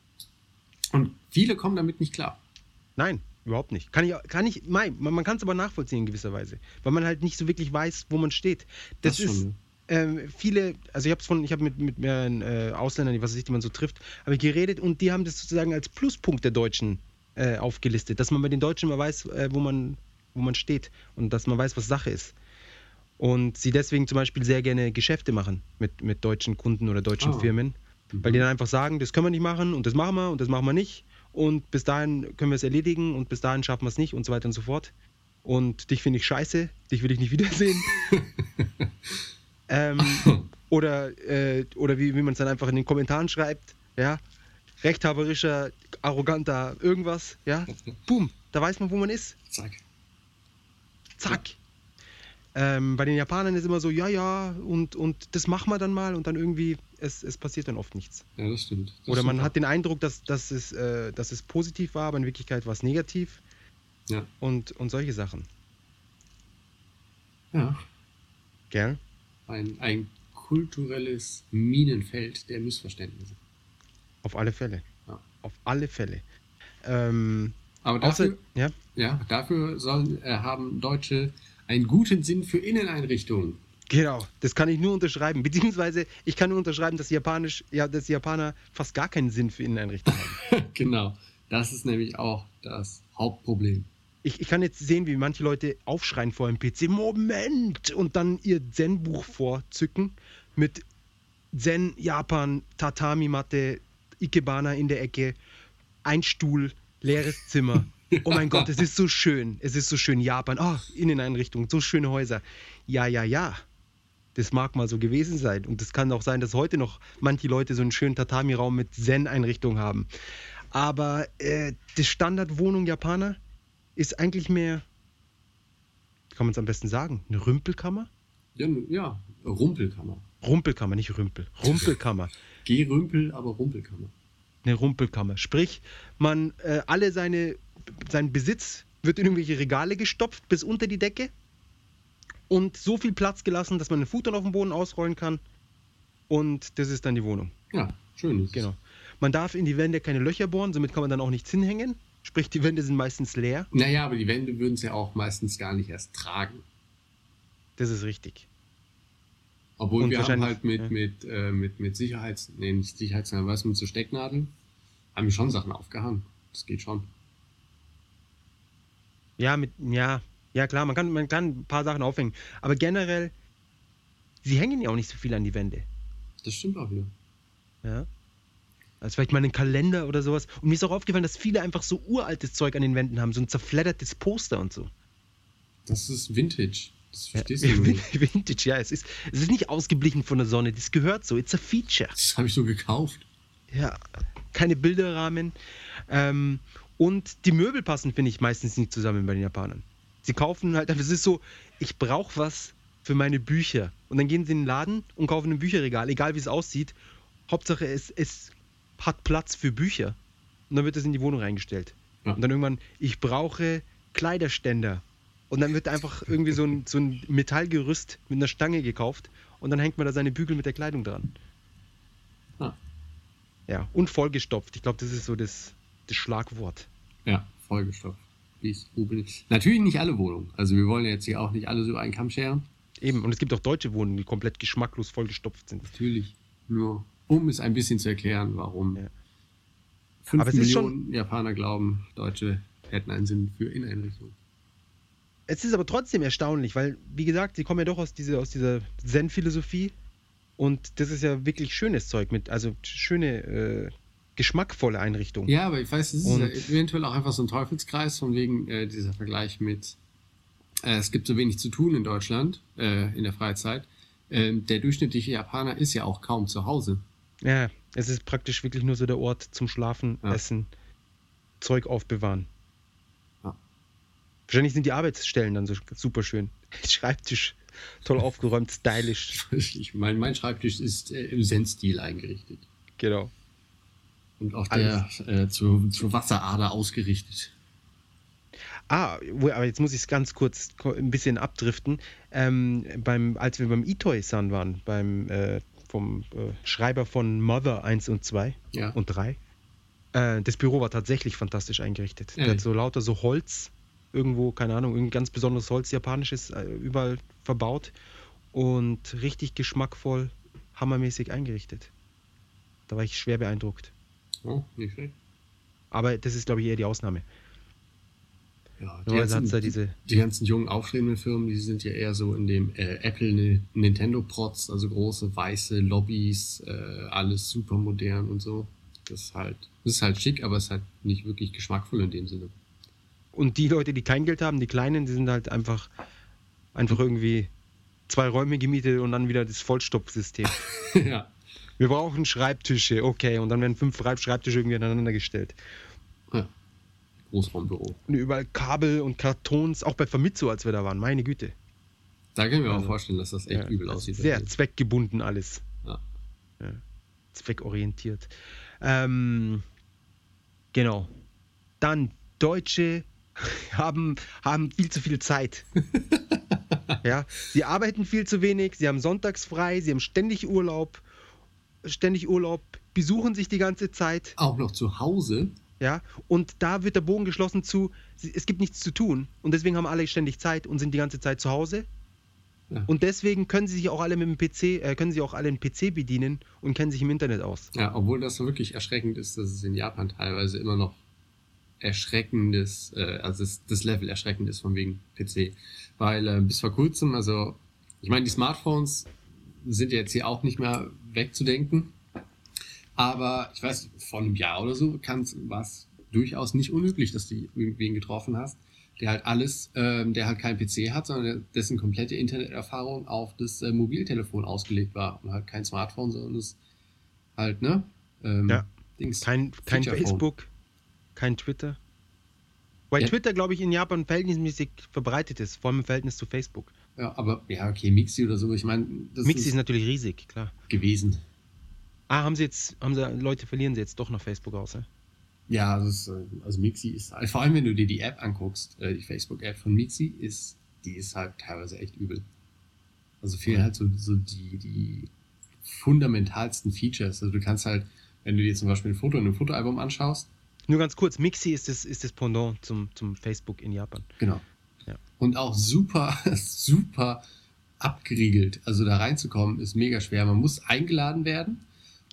S1: und viele kommen damit nicht klar.
S2: Nein, überhaupt nicht. Kann ich, kann ich, nein, man, man kann es aber nachvollziehen in gewisser Weise, weil man halt nicht so wirklich weiß, wo man steht. Das,
S1: Das schon,
S2: ist
S1: ne?
S2: ähm, viele, also ich habe von, ich habe mit, mit mehreren äh, Ausländern, die was weiß ich, die man so trifft, habe ich geredet und die haben das sozusagen als Pluspunkt der Deutschen äh, aufgelistet, dass man bei den Deutschen immer weiß, äh, wo man, wo man steht und dass man weiß, was Sache ist. Und sie deswegen zum Beispiel sehr gerne Geschäfte machen mit, mit deutschen Kunden oder deutschen
S1: Ah.
S2: Firmen, weil die dann einfach sagen, das können wir nicht machen und das machen wir und das machen wir nicht und bis dahin können wir es erledigen und bis dahin schaffen wir es nicht und so weiter und so fort. Und dich finde ich scheiße, dich will ich nicht wiedersehen. Ähm, oder äh, oder wie, wie man es dann einfach in den Kommentaren schreibt, ja. Rechthaberischer, arroganter, irgendwas, ja. Boom, da weiß man, wo man ist.
S1: Zack.
S2: Zack. Ähm, bei den Japanern ist immer so, ja, ja, und, und das machen wir dann mal und dann irgendwie, es, es passiert dann oft nichts.
S1: Ja, das stimmt. Das
S2: Oder man
S1: stimmt.
S2: hat den Eindruck, dass, dass, es, äh, dass es positiv war, aber in Wirklichkeit war es negativ
S1: Ja.
S2: und, und solche Sachen.
S1: ja.
S2: Gell?
S1: Ein, ein kulturelles Minenfeld der Missverständnisse.
S2: Auf alle Fälle.
S1: Ja.
S2: Auf alle Fälle. Ähm,
S1: Aber dafür,
S2: außer, ja,
S1: ja, dafür sollen, äh, haben Deutsche einen guten Sinn für Inneneinrichtungen.
S2: genau, das kann ich nur unterschreiben. Beziehungsweise, ich kann nur unterschreiben, dass, Japanisch, ja, dass die Japaner fast gar keinen Sinn für Inneneinrichtung haben.
S1: Genau. Das ist nämlich auch das Hauptproblem.
S2: Ich, ich kann jetzt sehen, wie manche Leute aufschreien vor einem PC, Moment! Und dann ihr Zen-Buch vorzücken mit Zen, Japan, Tatami-Matte, Ikebana in der Ecke, ein Stuhl, leeres Zimmer. Oh mein Gott, es ist so schön. Es ist so schön, Japan. Oh, Inneneinrichtung, so schöne Häuser. Ja, ja, ja. Das mag mal so gewesen sein. Und es kann auch sein, dass heute noch manche Leute so einen schönen Tatami-Raum mit Zen-Einrichtung haben. Aber äh, die Standardwohnung Japaner ist eigentlich mehr, wie kann man es am besten sagen, eine Rümpelkammer?
S1: Ja, ja Rumpelkammer.
S2: Rumpelkammer, nicht Rümpel. Rumpelkammer.
S1: Gerümpel, aber Rumpelkammer.
S2: Eine Rumpelkammer. Sprich, man, äh, alle seine, sein Besitz wird in irgendwelche Regale gestopft bis unter die Decke und so viel Platz gelassen, dass man den Futon auf dem Boden ausrollen kann und das ist dann die Wohnung.
S1: Ja, schön ist es.
S2: Genau. Man darf in die Wände keine Löcher bohren, somit kann man dann auch nichts hinhängen. Sprich, die Wände sind meistens leer.
S1: Naja, aber die Wände würden es ja auch meistens gar nicht erst tragen.
S2: Das ist richtig.
S1: Obwohl
S2: Und
S1: wir haben
S2: wahrscheinlich-
S1: halt mit,
S2: ja.
S1: mit, äh, mit, mit Sicherheits-, nee, nicht Sicherheitsnadeln, was mit so Stecknadeln, haben wir schon Sachen aufgehangen. Das geht schon.
S2: Ja, mit, ja, ja klar, man kann, man kann ein paar Sachen aufhängen. Aber generell, sie hängen ja auch nicht so viel an die Wände.
S1: Das stimmt auch wieder.
S2: Ja. Also vielleicht mal einen Kalender oder sowas. Und mir ist auch aufgefallen, dass viele einfach so uraltes Zeug an den Wänden haben, so ein zerfleddertes Poster und so.
S1: Das ist Vintage. Das verstehst du nicht.
S2: Vintage, ja, es ist, es ist nicht ausgeblichen von der Sonne, das gehört so, it's a feature.
S1: Das habe ich so gekauft.
S2: Ja, keine Bilderrahmen. Ähm, und die Möbel passen, finde ich, meistens nicht zusammen bei den Japanern. Sie kaufen halt, es ist so, ich brauche was für meine Bücher. Und dann gehen sie in den Laden und kaufen ein Bücherregal, egal wie es aussieht. Hauptsache, es, es hat Platz für Bücher. Und dann wird es in die Wohnung reingestellt.
S1: Ja.
S2: Und dann irgendwann, ich brauche Kleiderständer. Und dann wird einfach irgendwie so ein, so ein Metallgerüst mit einer Stange gekauft. Und dann hängt man da seine Bügel mit der Kleidung dran.
S1: Ah,
S2: Ja, und vollgestopft. Ich glaube, das ist so das, das Schlagwort.
S1: ja, vollgestopft. Wie es Rubel ist. Natürlich nicht alle Wohnungen. Also wir wollen ja jetzt hier auch nicht alles über einen Kamm scheren.
S2: Eben, und es gibt auch deutsche Wohnungen, die komplett geschmacklos vollgestopft sind.
S1: Natürlich. Nur, um es ein bisschen zu erklären, warum
S2: Ja.
S1: fünf
S2: Aber es ist schon-
S1: Millionen Japaner glauben, Deutsche hätten einen Sinn für Inneneinrichtungen.
S2: Es ist aber trotzdem erstaunlich, weil, wie gesagt, sie kommen ja doch aus, diese, aus dieser Zen-Philosophie. Und das ist ja wirklich schönes Zeug mit, also schöne, äh, geschmackvolle Einrichtungen.
S1: Ja, aber ich weiß, es ist
S2: Und-
S1: ja eventuell auch einfach so ein Teufelskreis, von wegen äh, dieser Vergleich mit, äh, es gibt so wenig zu tun in Deutschland, äh, in der Freizeit. Ähm, der durchschnittliche Japaner ist ja auch kaum zu Hause.
S2: Ja, es ist praktisch wirklich nur so der Ort zum Schlafen,
S1: Ja.
S2: Essen, Zeug aufbewahren.
S1: Ja.
S2: Wahrscheinlich sind die Arbeitsstellen dann so super schön. Schreibtisch, toll aufgeräumt, stylisch.
S1: Ich mein, mein Schreibtisch ist äh, im Zen-Stil eingerichtet.
S2: Genau.
S1: Und auch der äh, zur, zur Wasserader ausgerichtet.
S2: Ah, wo- aber jetzt muss ich es ganz kurz ko- ein bisschen abdriften. Ähm, beim, als wir beim Itoi-san waren, beim äh, vom äh, Schreiber von Mother 1 und 2
S1: Ja.
S2: und 3, äh, das Büro war tatsächlich fantastisch eingerichtet. Der hat
S1: Ehrlich?
S2: so lauter so Holz, irgendwo, keine Ahnung, irgendein ganz besonderes Holz, japanisches, äh, überall verbaut und richtig geschmackvoll, hammermäßig eingerichtet. Da war ich schwer beeindruckt.
S1: Oh, nicht schlecht.
S2: Aber das ist, glaube ich, eher die Ausnahme.
S1: Ja, die,
S2: Normalerweise
S1: ganzen,
S2: hat's ja diese-
S1: die ganzen jungen aufstrebenden Firmen, die sind ja eher so in dem äh, Apple Ni- Nintendo Protz, also große weiße Lobbys, äh, alles super modern und so. Das ist halt, das ist halt schick, aber es ist halt nicht wirklich geschmackvoll in dem Sinne.
S2: Und die Leute, die kein Geld haben, die Kleinen, die sind halt einfach, einfach irgendwie zwei Räume gemietet und dann wieder das Vollstopfsystem.
S1: ja.
S2: Wir brauchen Schreibtische, okay. Und dann werden fünf Schreib- Schreibtische irgendwie aneinander gestellt.
S1: ja. Großraumbüro.
S2: Und überall Kabel und Kartons, auch bei Famitsu, als wir da waren, meine Güte.
S1: Da können wir auch vorstellen, dass das echt
S2: Also, Ja,
S1: übel
S2: das
S1: aussieht.
S2: ist Sehr zweckgebunden alles.
S1: Ja.
S2: Ja, Zweckorientiert. Ähm, genau. Dann Deutsche haben, haben viel zu viel Zeit. ja, sie arbeiten viel zu wenig, sie haben sonntags frei, sie haben ständig Urlaub, ständig Urlaub, besuchen sich die ganze Zeit.
S1: auch noch zu Hause.
S2: Ja, und da wird der Bogen geschlossen zu, sie- es gibt nichts zu tun und deswegen haben alle ständig Zeit und sind die ganze Zeit zu Hause.
S1: Ja.
S2: Und deswegen können sie sich auch alle mit dem PC, äh, können sie auch alle einen PC bedienen und kennen sich im Internet aus.
S1: Ja, obwohl das wirklich erschreckend ist, dass es in Japan teilweise immer noch erschreckendes, äh, also es, das Level erschreckend ist von wegen PC. Weil äh, bis vor kurzem, also ich meine, die Smartphones sind ja jetzt hier auch nicht mehr wegzudenken. Aber ich weiß, vor einem Jahr oder so kann's- war es durchaus nicht unüblich, dass du irgendwen getroffen hast, der halt alles, ähm, der halt keinen PC hat, sondern der- dessen komplette Interneterfahrung auf das äh, Mobiltelefon ausgelegt war und halt kein Smartphone, sondern das halt, ne? Ähm,
S2: Ja.
S1: Dings.
S2: Kein, kein
S1: Feature Phone.
S2: Facebook, kein Twitter. Weil
S1: Ja.
S2: Twitter, glaube ich, in Japan verhältnismäßig verbreitet ist, vor allem im Verhältnis zu Facebook.
S1: Ja, aber ja, okay, Mixi oder so, ich meine, das
S2: Mix ist
S1: ist
S2: natürlich riesig, klar.
S1: gewesen.
S2: Ah, haben sie jetzt, haben sie, Leute verlieren sie jetzt doch noch Facebook aus, ja?
S1: Ja, das ist, äh, also Mixi ist, halt- vor allem wenn du dir die App anguckst, äh, die Facebook-App von Mixi ist, die ist halt teilweise echt übel. Also fehlen halt so, so die, die fundamentalsten Features. Also du kannst halt, wenn du dir zum Beispiel ein Foto in einem Fotoalbum anschaust,
S2: Nur ganz kurz, Mixi ist das, ist das Pendant zum, zum Facebook in Japan.
S1: Genau.
S2: Ja.
S1: Und auch super, super abgeriegelt. Also da reinzukommen ist mega schwer. Man muss eingeladen werden.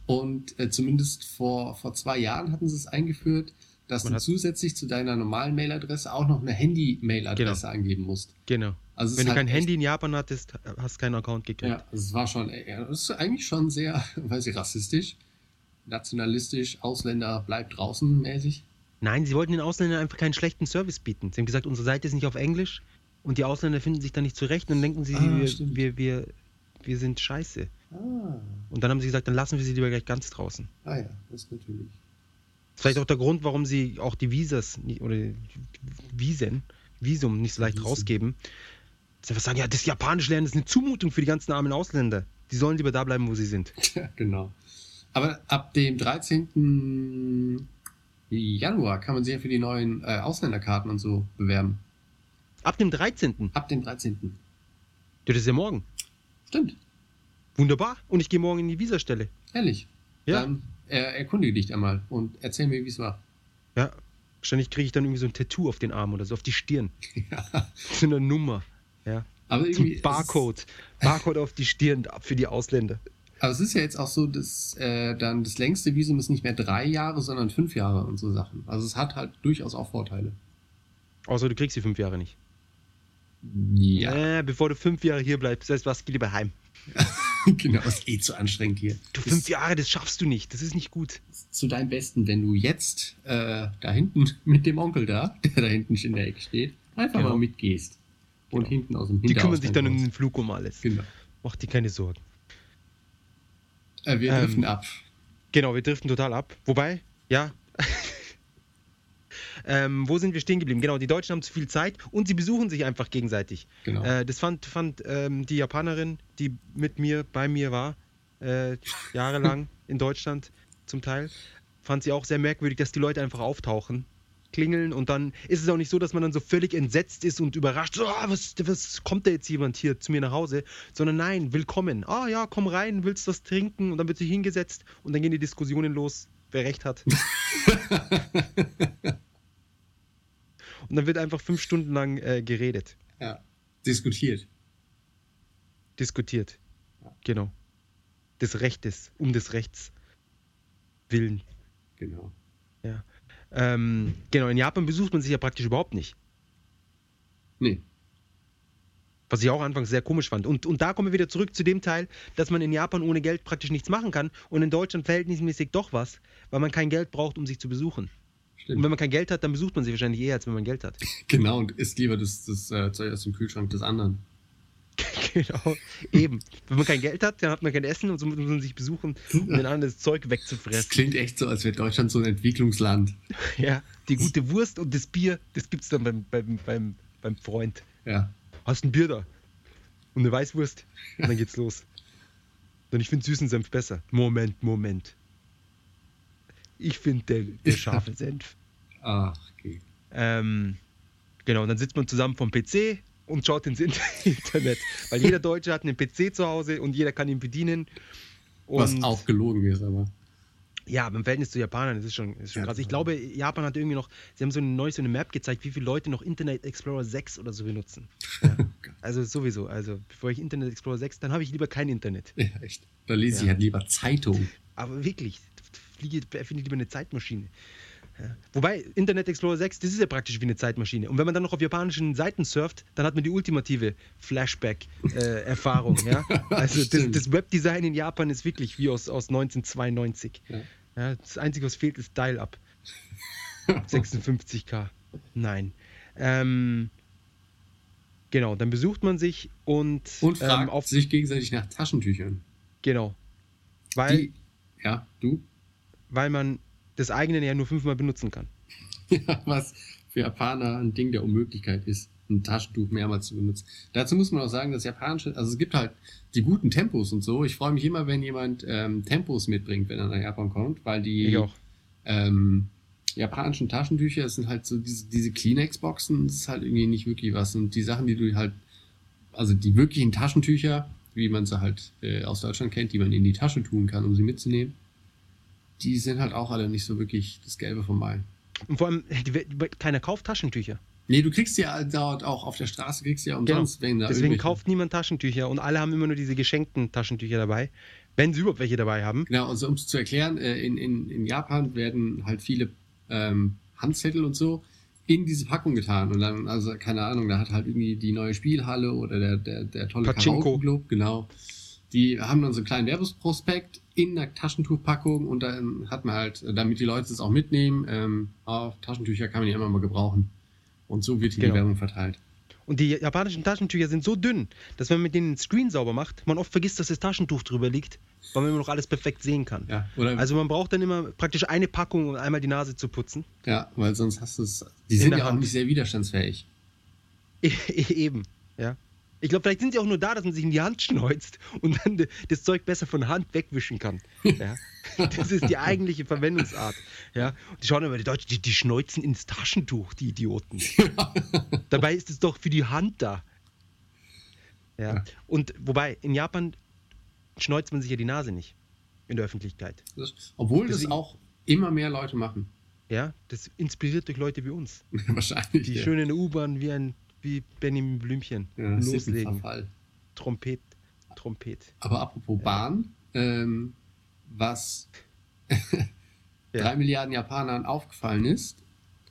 S1: Und äh, zumindest vor, vor zwei Jahren hatten sie es eingeführt, dass
S2: Man
S1: du
S2: hat-
S1: zusätzlich zu deiner normalen Mailadresse auch noch eine Handy-Mailadresse angeben musst.
S2: Genau.
S1: Also es
S2: Wenn
S1: ist
S2: du kein
S1: halt echt-
S2: Handy in Japan hattest, hast keinen Account gekriegt.
S1: Ja, also es war schon, ja, das ist eigentlich schon sehr, weiß ich, rassistisch, nationalistisch, Ausländer bleibt draußen mäßig.
S2: Nein, sie wollten den Ausländern einfach keinen schlechten Service bieten. Sie haben gesagt, unsere Seite ist nicht auf Englisch und die Ausländer finden sich da nicht zurecht und dann denken sie,
S1: Ah,
S2: wir,
S1: stimmt.
S2: wir, wir, wir sind scheiße.
S1: Ah,
S2: Und dann haben sie gesagt, dann lassen wir sie lieber gleich ganz draußen.
S1: ah ja, das ist natürlich.
S2: Das ist vielleicht auch der Grund, warum sie auch die Visas nie- oder die Visen, Visum nicht so leicht
S1: Visen.
S2: rausgeben. Sie einfach sagen, ja, das Japanisch lernen ist eine Zumutung für die ganzen armen Ausländer. Die sollen lieber da bleiben, wo sie sind.
S1: Ja, genau. Aber ab dem 13. Januar kann man sich ja für die neuen äh, Ausländerkarten und so bewerben.
S2: Ab dem 13.
S1: Ab dem 13.
S2: Ja, das ist ja morgen.
S1: Stimmt,
S2: Wunderbar. Und ich gehe morgen in die Visastelle.
S1: ehrlich.
S2: Ja.
S1: Dann äh, erkundige dich einmal und erzähl mir, wie es war.
S2: Ja, wahrscheinlich kriege ich dann irgendwie so ein Tattoo auf den Arm oder so, auf die Stirn.
S1: ja.
S2: Zu einer Nummer. Ja.
S1: Aber
S2: Zum
S1: irgendwie. es ist-
S2: Barcode. Barcode auf die Stirn für die Ausländer.
S1: Aber es ist ja jetzt auch so, dass äh, dann das längste Visum ist nicht mehr drei Jahre, sondern fünf Jahre und so Sachen. Also es hat halt durchaus auch Vorteile.
S2: Außer du kriegst die fünf Jahre nicht.
S1: Ja,
S2: Äh, bevor du fünf Jahre hier bleibst, das heißt, was, geh lieber heim.
S1: genau. Ist eh zu anstrengend hier.
S2: Du,
S1: Ist-
S2: fünf Jahre, das schaffst du nicht. Das ist nicht gut.
S1: zu deinem Besten, wenn du jetzt äh, da hinten mit dem Onkel da, der da hinten in der Ecke steht, einfach
S2: Genau.
S1: mal mitgehst. Und
S2: Genau.
S1: hinten aus dem
S2: Die kümmern
S1: Hinterausgang
S2: sich dann um
S1: raus.
S2: den Flug um alles.
S1: Genau.
S2: Mach dir keine Sorgen.
S1: Äh, wir
S2: Ähm.
S1: driften ab.
S2: Genau, wir driften total ab. Wobei, ja. ähm, wo sind wir stehen geblieben? Genau, die Deutschen haben zu viel Zeit und sie besuchen sich einfach gegenseitig.
S1: Genau.
S2: Äh, das fand, fand ähm, die Japanerin, die mit mir, bei mir war, äh, jahrelang in Deutschland zum Teil, fand sie auch sehr merkwürdig, dass die Leute einfach auftauchen, klingeln und dann ist es auch nicht so, dass man dann so völlig entsetzt ist und überrascht, so, ah, was, was kommt da jetzt jemand hier zu mir nach Hause, sondern nein, willkommen, ah ja, komm rein, willst was trinken und dann wird sich hingesetzt und dann gehen die Diskussionen los, wer recht hat. und dann wird einfach fünf Stunden lang äh, geredet
S1: ja. Diskutiert.
S2: diskutiert. Genau. Des Rechtes, um des Rechts willen.
S1: Genau.
S2: Ja. Ähm, genau, in Japan besucht man sich ja praktisch überhaupt nicht.
S1: Nee.
S2: Was ich auch anfangs sehr komisch fand. Und, und da kommen wir wieder zurück zu dem Teil, dass man in Japan ohne Geld praktisch nichts machen kann und in Deutschland verhältnismäßig doch was, weil man kein Geld braucht, um sich zu besuchen. Und wenn
S1: Stimmt.
S2: man kein Geld hat, dann besucht man sich wahrscheinlich eher, als wenn man Geld hat.
S1: Genau, und isst lieber das, das äh, Zeug aus dem Kühlschrank des anderen.
S2: genau. Eben. Wenn man kein Geld hat, dann hat man kein Essen und so muss man sich besuchen, um den anderen das Zeug
S1: Das
S2: wegzufressen.
S1: klingt echt so, als wäre Deutschland so ein Entwicklungsland.
S2: Ja, die gute Wurst und das Bier, das gibt's dann beim, beim, beim, beim Freund.
S1: Ja.
S2: Hast ein Bier da und eine Weißwurst und dann geht's los. Und ich finde süßen Senf besser. Moment, Moment. Ich finde der, der scharfe Senf.
S1: Ach, okay.
S2: Ähm, genau, und dann sitzt man zusammen vom PC und schaut ins Inter- Internet. Weil jeder Deutsche hat einen PC zu Hause und jeder kann ihn bedienen. Und
S1: Was auch gelogen ist, aber.
S2: Ja, aber im Verhältnis zu Japanern, das ist schon, ist schon
S1: Ja,
S2: krass.
S1: total.
S2: Ich glaube, Japan hat irgendwie noch, sie haben so eine neue so eine Map gezeigt, wie viele Leute noch Internet Explorer 6 oder so benutzen. Ja. also sowieso, also bevor ich Internet Explorer 6, dann habe ich lieber kein Internet.
S1: Ja, echt. Da lese ich
S2: Ja.
S1: halt lieber Zeitung.
S2: Aber wirklich, fliege, erfinde lieber eine Zeitmaschine. Ja. Wobei, Internet Explorer 6, das ist ja praktisch wie eine Zeitmaschine. Und wenn man dann noch auf japanischen Seiten surft, dann hat man die ultimative Flashback-Erfahrung. ja? Also das,
S1: Stimmt.
S2: das Webdesign in Japan ist wirklich wie aus, aus 1992.
S1: Ja.
S2: Ja, das Einzige, was fehlt, ist Dial-Up. 56k. Nein. Ähm, genau, dann besucht man sich und,
S1: Und fragt
S2: ähm, auf,
S1: sich gegenseitig nach Taschentüchern.
S2: genau. Weil,
S1: Die, ja, du?
S2: weil man das eigene ja nur fünfmal benutzen kann.
S1: Ja, was für Japaner ein Ding der Unmöglichkeit ist, ein Taschentuch mehrmals zu benutzen. Dazu muss man auch sagen, dass japanische, also es gibt halt die guten Tempos und so. Ich freue mich immer, wenn jemand ähm, Tempos mitbringt, wenn er nach Japan kommt, weil die
S2: Ich auch.
S1: ähm, japanischen Taschentücher, das sind halt so diese, diese Kleenex-Boxen, das ist halt irgendwie nicht wirklich was. Und die Sachen, die du halt, also die wirklichen Taschentücher, wie man sie halt äh, aus Deutschland kennt, die man in die Tasche tun kann, um sie mitzunehmen, die sind halt auch alle nicht so wirklich das Gelbe vom Ei.
S2: Und vor allem, die, we- keiner kauft Taschentücher.
S1: Nee, du kriegst ja dort auch auf der Straße, kriegst ja umsonst, wenn da
S2: Genau. Deswegen
S1: irgendwelche-
S2: kauft niemand Taschentücher und alle haben immer nur diese geschenkten Taschentücher dabei. Wenn sie überhaupt welche dabei haben.
S1: Genau, also um es zu erklären, äh, in, in, in Japan werden halt viele ähm, Handzettel und so in diese Packung getan. Und dann, also keine Ahnung, da hat halt irgendwie die neue Spielhalle oder der, der, der tolle
S2: Pachinko.
S1: Club, genau. Die haben dann so einen kleinen Werbungsprospekt in einer Taschentuchpackung und dann hat man halt, damit die Leute es auch mitnehmen, ähm, auf Taschentücher kann man die immer mal gebrauchen. Und so wird hier
S2: Genau.
S1: die Werbung verteilt.
S2: Und die japanischen Taschentücher sind so dünn, dass wenn man mit denen den Screen sauber macht, man oft vergisst, dass das Taschentuch drüber liegt, weil man immer noch alles perfekt sehen kann.
S1: Ja, oder
S2: Also man braucht dann immer praktisch eine Packung, um einmal die Nase zu putzen.
S1: Ja, weil sonst hast du es. Die
S2: In
S1: sind
S2: der
S1: ja auch
S2: Hand.
S1: nicht sehr widerstandsfähig.
S2: E- Eben, ja. Ich glaube, vielleicht sind sie auch nur da, dass man sich in die Hand schneuzt und dann de- das Zeug besser von Hand wegwischen kann. Ja. Das ist die eigentliche Verwendungsart. Ja. Und die schauen immer, die Deutschen, die, die schneuzen ins Taschentuch, die Idioten. Dabei ist es doch für die Hand da. Ja.
S1: Ja.
S2: Und wobei, in Japan schneuzt man sich ja die Nase nicht in der Öffentlichkeit.
S1: Das, obwohl das
S2: Deswegen-
S1: auch immer mehr Leute machen.
S2: Ja. Das inspiriert durch Leute wie uns.
S1: Wahrscheinlich.
S2: Die
S1: ja.
S2: schön in der U-Bahn wie ein wie Benjamin Blümchen
S1: ja, das ist ein
S2: loslegen.
S1: Verfall.
S2: Trompet, Trompet.
S1: Aber apropos Bahn, ähm, was
S2: Ja.
S1: drei Milliarden Japanern aufgefallen ist,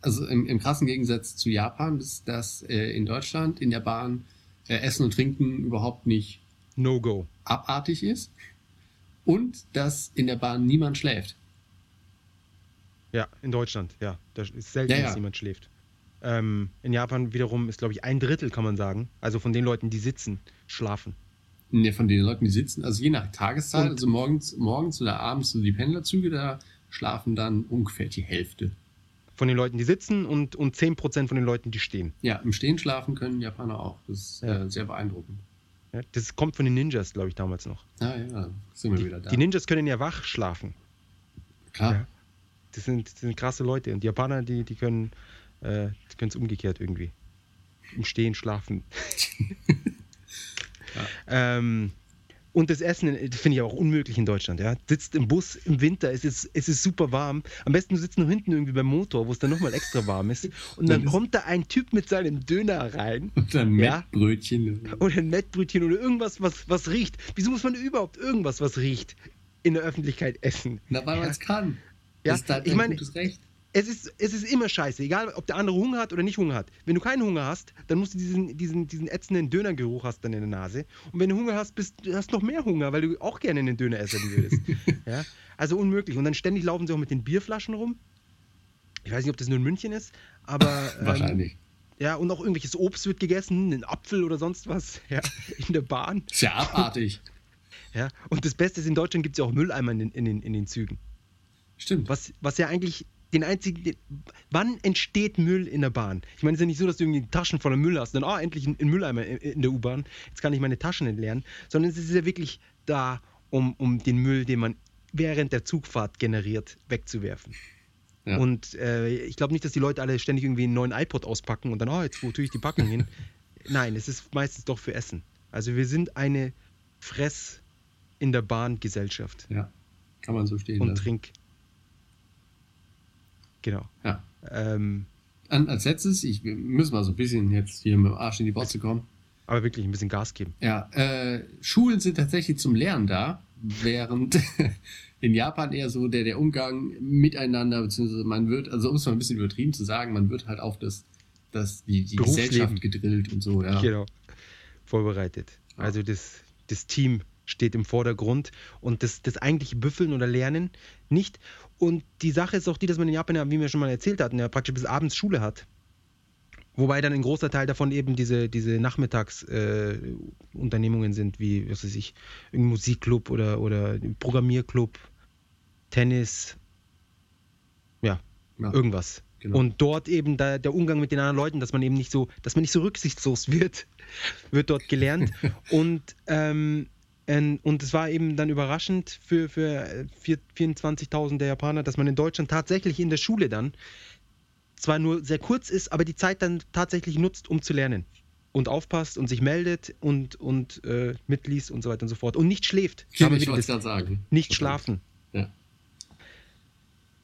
S1: also im, im krassen Gegensatz zu Japan, ist, dass äh, in Deutschland in der Bahn äh, Essen und Trinken überhaupt nicht
S2: No-Go.
S1: abartig ist und dass in der Bahn niemand schläft.
S2: Ja, in Deutschland, ja. Da ist selten,
S1: Ja, ja.
S2: dass jemand schläft. Ähm, in Japan wiederum ist, glaube ich, ein Drittel, kann man sagen. Also von den Leuten, die sitzen, schlafen.
S1: Ne, von den Leuten, die sitzen, also je nach Tageszeit,
S2: Und-
S1: also morgens, morgens oder abends so die Pendlerzüge, da schlafen dann ungefähr die Hälfte.
S2: Von den Leuten, die sitzen und, und 10% von den Leuten, die stehen.
S1: Ja, im Stehen schlafen können Japaner auch. Das ist
S2: Ja.
S1: äh, sehr beeindruckend.
S2: Ja, das kommt von den Ninjas, glaube ich, damals noch.
S1: Ah ja, sind wir wieder da.
S2: Die Ninjas können ja wach schlafen.
S1: Klar.
S2: Ja. Das sind, das sind krasse Leute. Und die Japaner, die, die können äh, es umgekehrt irgendwie. Im Stehen schlafen. ähm, und das Essen äh, das finde ich auch unmöglich in Deutschland. Ja? Sitzt im Bus im Winter, es ist, es ist super warm. Am besten du sitzt nur hinten irgendwie beim Motor, wo es dann nochmal extra warm ist. Und
S1: Dann
S2: dann
S1: ist-
S2: kommt da ein Typ mit seinem Döner rein
S1: Und dann
S2: Ja.
S1: Mettbrötchen.
S2: oder ein Mettbrötchen oder irgendwas, was, was riecht. Wieso muss man überhaupt irgendwas, was riecht, in der Öffentlichkeit essen?
S1: Na, weil man es kann.
S2: Ja,
S1: Das ist halt
S2: ich
S1: ein
S2: meine-
S1: gutes Recht.
S2: Es ist, es ist immer scheiße, egal ob der andere Hunger hat oder nicht Hunger hat. Wenn du keinen Hunger hast, dann musst du diesen, diesen, diesen ätzenden Dönergeruch hast dann in der Nase. Und wenn du Hunger hast, bist, hast du noch mehr Hunger, weil du auch gerne einen Döner essen würdest. ja? Also unmöglich. Und dann ständig laufen sie auch mit den Bierflaschen rum. Ich weiß nicht, ob das nur in München ist, aber ähm,
S1: Wahrscheinlich.
S2: Ja, und auch irgendwelches Obst wird gegessen, ein Apfel oder sonst was, ja, in der Bahn.
S1: Ist ja abartig.
S2: Ja. Und das Beste ist, in Deutschland gibt es ja auch Mülleimer in den, in den, in den Zügen.
S1: Stimmt.
S2: Was, was ja eigentlich den einzigen. Den, wann entsteht Müll in der Bahn? Ich meine, es ist ja nicht so, dass du irgendwie Taschen voller Müll hast und dann, ah, endlich ein, ein Mülleimer in, in der U-Bahn, jetzt kann ich meine Taschen entleeren, sondern es ist ja wirklich da, um, um den Müll, den man während der Zugfahrt generiert, wegzuwerfen.
S1: Ja.
S2: Und äh, ich glaube nicht, dass die Leute alle ständig irgendwie einen neuen iPod auspacken und dann, oh, jetzt wo tue ich die Packung hin? Nein, es ist meistens doch für Essen. Also wir sind eine Fress- in der Bahn-Gesellschaft
S1: Ja. Kann man so stehen
S2: und
S1: lassen.
S2: Trink. Genau.
S1: Ja.
S2: Ähm,
S1: An, als letztes, ich, wir müssen mal so ein bisschen jetzt hier mit dem Arsch in die Bosse kommen.
S2: aber wirklich ein bisschen Gas geben.
S1: Ja, äh, Schulen sind tatsächlich zum Lernen da, während in Japan eher so der, der Umgang miteinander, beziehungsweise man wird, also um es mal ein bisschen übertrieben zu sagen, man wird halt auf das, das die, die
S2: Berufsleben.
S1: Gesellschaft gedrillt und so, ja.
S2: Genau. Vorbereitet.
S1: Ja.
S2: Also das, das Team steht im Vordergrund und das, das eigentliche Büffeln oder Lernen nicht. Und die Sache ist auch die, dass man in Japan, ja, wie wir schon mal erzählt hatten, ja praktisch bis abends Schule hat. Wobei dann ein großer Teil davon eben diese, diese Nachmittagsunternehmungen äh, Unternehmungen sind, wie, was weiß ich, ein Musikclub oder, oder ein Programmierclub, Tennis, ja,
S1: Ja,
S2: irgendwas.
S1: genau.
S2: Und dort eben da, der Umgang mit den anderen Leuten, dass man eben nicht so, dass man nicht so rücksichtslos wird, wird dort gelernt. und ähm, ähm, und es war eben dann überraschend für, für äh, vier- 24.000 der Japaner, dass man in Deutschland tatsächlich in der Schule dann zwar nur sehr kurz ist, aber die Zeit dann tatsächlich nutzt, um zu lernen. Und aufpasst und sich meldet und, und äh, mitliest und so weiter und so fort. Und nicht schläft.
S1: Ich
S2: Aber
S1: wollte
S2: wirklich
S1: es
S2: das-
S1: gerade sagen.
S2: nicht
S1: Verdammt.
S2: schlafen.
S1: Ja.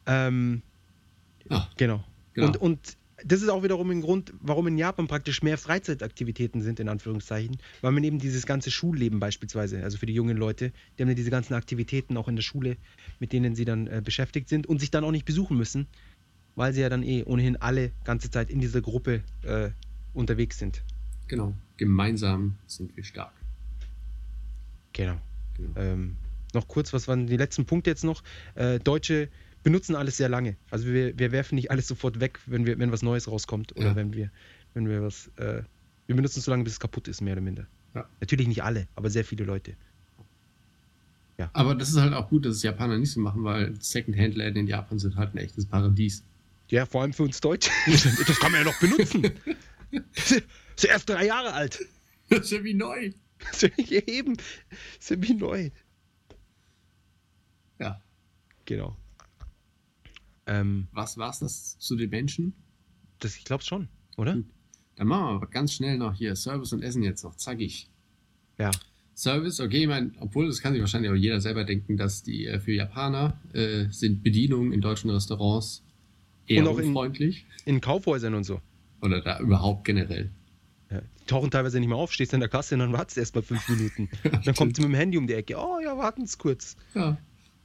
S2: Ähm,
S1: Ja,
S2: Genau.
S1: Genau.
S2: Und, und das ist auch wiederum ein Grund, warum in Japan praktisch mehr Freizeitaktivitäten sind, in Anführungszeichen, weil man eben dieses ganze Schulleben beispielsweise, also für die jungen Leute, die haben ja diese ganzen Aktivitäten auch in der Schule, mit denen sie dann äh, beschäftigt sind und sich dann auch nicht besuchen müssen, weil sie ja dann eh ohnehin alle ganze Zeit in dieser Gruppe äh, unterwegs sind.
S1: genau. Gemeinsam sind wir stark.
S2: Genau.
S1: Genau.
S2: Ähm, noch kurz, was waren die letzten Punkte jetzt noch? Äh, Deutsche benutzen alles sehr lange. Also wir, wir werfen nicht alles sofort weg, wenn, wir, wenn was Neues rauskommt oder
S1: Ja.
S2: wenn wir, wenn wir was. Äh, wir benutzen es so lange, bis es kaputt ist, mehr oder minder.
S1: Ja.
S2: Natürlich nicht alle, aber sehr viele Leute.
S1: Aber das ist halt auch gut, dass es Japaner nicht so machen, weil Secondhand-Läden in Japan sind halt ein echtes Paradies.
S2: Ja, vor allem für uns Deutsche. das kann man ja noch benutzen. Das ist erst drei Jahre alt.
S1: Das ist ja wie neu.
S2: Das will ich eben. Das ist ja wie neu.
S1: Ja.
S2: Genau. Ähm,
S1: Was war's das zu den Menschen?
S2: das, ich glaube schon, oder?
S1: Dann machen wir aber ganz schnell noch hier Service und Essen jetzt noch, zackig.
S2: Ja.
S1: Service, okay, ich meine, obwohl das kann sich wahrscheinlich auch jeder selber denken, dass die äh, für Japaner äh, sind Bedienungen in deutschen Restaurants eher
S2: Und auch in-
S1: unfreundlich
S2: In Kaufhäusern und so.
S1: oder da überhaupt generell.
S2: Ja, die tauchen teilweise nicht mehr auf, stehst an der Kasse und dann wartest erst mal fünf Minuten. Dann kommt sie mit dem Handy um die Ecke. Oh ja, warten Sie kurz.
S1: Ja.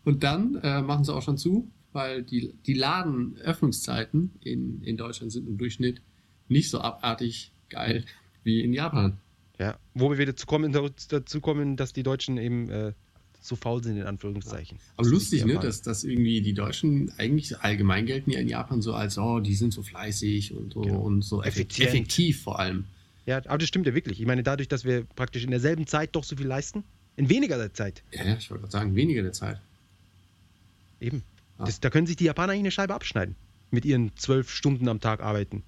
S1: Und dann äh, machen sie auch schon zu, weil die, die Ladenöffnungszeiten in, in Deutschland sind im Durchschnitt nicht so abartig geil wie in Japan.
S2: Ja, wo wir wieder zu kommen, dazu kommen, dass die Deutschen eben äh, so faul sind, in Anführungszeichen.
S1: Aber lustig, ne,
S2: Das
S1: dass, dass irgendwie die Deutschen eigentlich allgemein gelten ja in Japan so als, oh, die sind so fleißig und so,
S2: Genau.
S1: und so effektiv,
S2: Effizient.
S1: effektiv vor allem.
S2: ja, aber das stimmt ja wirklich. Ich meine, dadurch, dass wir praktisch in derselben Zeit doch so viel leisten, in weniger Zeit
S1: Ja, ja, ich wollte gerade sagen, weniger der Zeit.
S2: eben.
S1: Ja.
S2: Das, da können sich die Japaner eigentlich eine Scheibe abschneiden. Mit ihren zwölf Stunden am Tag arbeiten.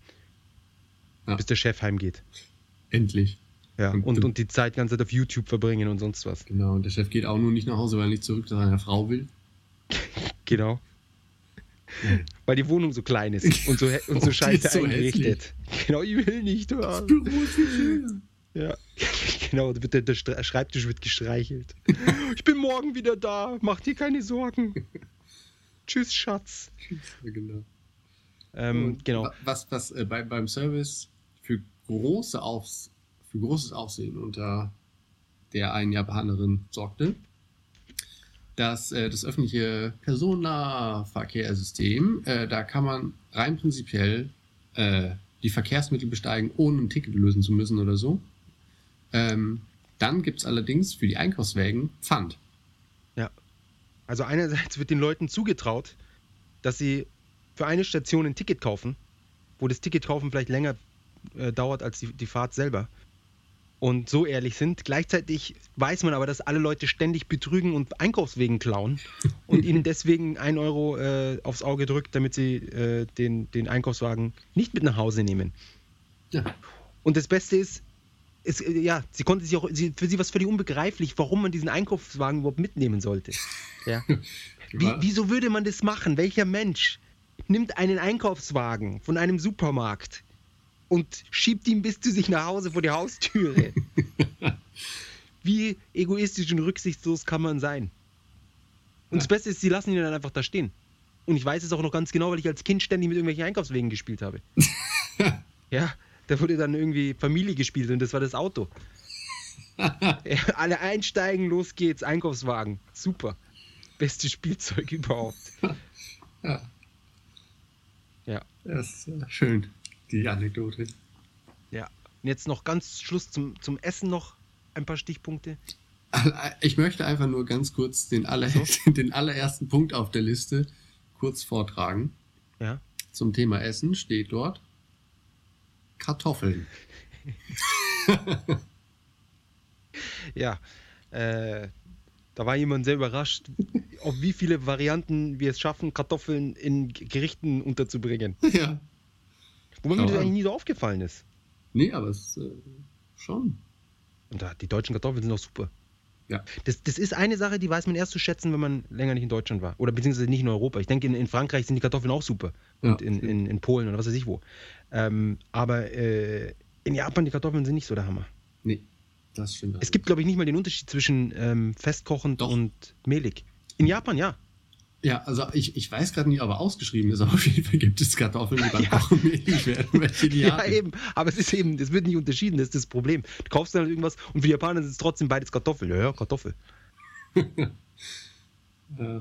S1: Ja.
S2: Bis der Chef heimgeht.
S1: Endlich.
S2: Ja.
S1: Und-
S2: Und, und die Zeit ganze Zeit auf YouTube verbringen und sonst was.
S1: Genau, und der Chef geht auch nur nicht nach Hause, weil er nicht zurück zu seiner Frau will.
S2: Genau. Weil die Wohnung so klein ist und so, hä- und
S1: Oh,
S2: so
S1: die
S2: scheiße
S1: ist so
S2: eingerichtet. Genau, ich will nicht. Ja,
S1: Büro ist viel schöner.
S2: ja. genau, da wird der, der Stre- Schreibtisch wird gestreichelt. ich bin morgen wieder da, mach dir keine Sorgen. Tschüss, Schatz.
S1: Ja, genau.
S2: Ähm,
S1: Und
S2: genau,
S1: wa- Was, was äh, bei, beim Service für, große Aufs, für großes Aufsehen unter der einen Japanerin sorgte, dass äh, das öffentliche Personennahverkehrssystem, äh, da kann man rein prinzipiell äh, die Verkehrsmittel besteigen, ohne ein Ticket lösen zu müssen oder so. Ähm, dann gibt es allerdings für die Einkaufswägen Pfand.
S2: ja. Also einerseits wird den Leuten zugetraut, dass sie für eine Station ein Ticket kaufen, wo das Ticket kaufen vielleicht länger äh, dauert als die, die Fahrt selber. Und so ehrlich sind. Gleichzeitig weiß man aber, dass alle Leute ständig betrügen und Einkaufswegen klauen und ihnen deswegen 1 Euro äh, aufs Auge drückt, damit sie äh, den, den Einkaufswagen nicht mit nach Hause nehmen.
S1: Ja.
S2: Und das Beste ist, es, äh, ja, sie konnte sich auch, sie, für sie war es völlig unbegreiflich, warum man diesen Einkaufswagen überhaupt mitnehmen sollte. Ja. Wie,
S1: Ja.
S2: wieso würde man das machen? Welcher Mensch nimmt einen Einkaufswagen von einem Supermarkt und schiebt ihn bis zu sich nach Hause vor die Haustüre? Wie egoistisch und rücksichtslos kann man sein? Und das Beste ist, sie lassen ihn dann einfach da stehen. Und ich weiß es auch noch ganz genau, weil ich als Kind ständig mit irgendwelchen Einkaufswegen gespielt habe. ja, da wurde dann irgendwie Familie gespielt und das war das Auto. Ja, Alle einsteigen, los geht's, Einkaufswagen. Super. Beste Spielzeug überhaupt.
S1: Ja.
S2: Ja.
S1: Das ist äh, schön, die Anekdote.
S2: Ja. Und jetzt noch ganz Schluss zum, zum Essen noch ein paar Stichpunkte.
S1: Ich möchte einfach nur ganz kurz den, aller, den allerersten Punkt auf der Liste kurz vortragen.
S2: Ja.
S1: Zum Thema Essen steht dort Kartoffeln.
S2: Ja. Äh, da war jemand sehr überrascht, auf wie viele Varianten wir es schaffen, Kartoffeln in G- Gerichten unterzubringen.
S1: Ja.
S2: Wobei mir das
S1: Ja.
S2: eigentlich nie so aufgefallen ist.
S1: Nee, aber es äh, schon.
S2: Und da, die deutschen Kartoffeln sind auch super.
S1: Ja.
S2: Das, das ist eine Sache, die weiß man erst zu schätzen, wenn man länger nicht in Deutschland war. Oder beziehungsweise nicht in Europa. Ich denke, in, in Frankreich sind die Kartoffeln auch super. Und
S1: Ja.
S2: in, in, in Polen oder was weiß ich wo. Ähm, aber äh, in Japan, die Kartoffeln sind nicht so der Hammer.
S1: Nee, das stimmt.
S2: Es gibt, glaube ich, nicht mal den Unterschied zwischen ähm, festkochend
S1: Doch.
S2: und mehlig. In Japan, ja.
S1: Ja, also ich, ich weiß gerade nicht, ob er ausgeschrieben ist, aber auf jeden Fall gibt es Kartoffeln, die beim Kochen ähnlich werden. Welche die
S2: Ja,
S1: hatten.
S2: eben. Aber es ist eben, es wird nicht unterschieden, das ist das Problem. Du kaufst dann halt irgendwas und für die Japaner sind es trotzdem beides Kartoffeln. Ja, ja, Kartoffel.
S1: Äh,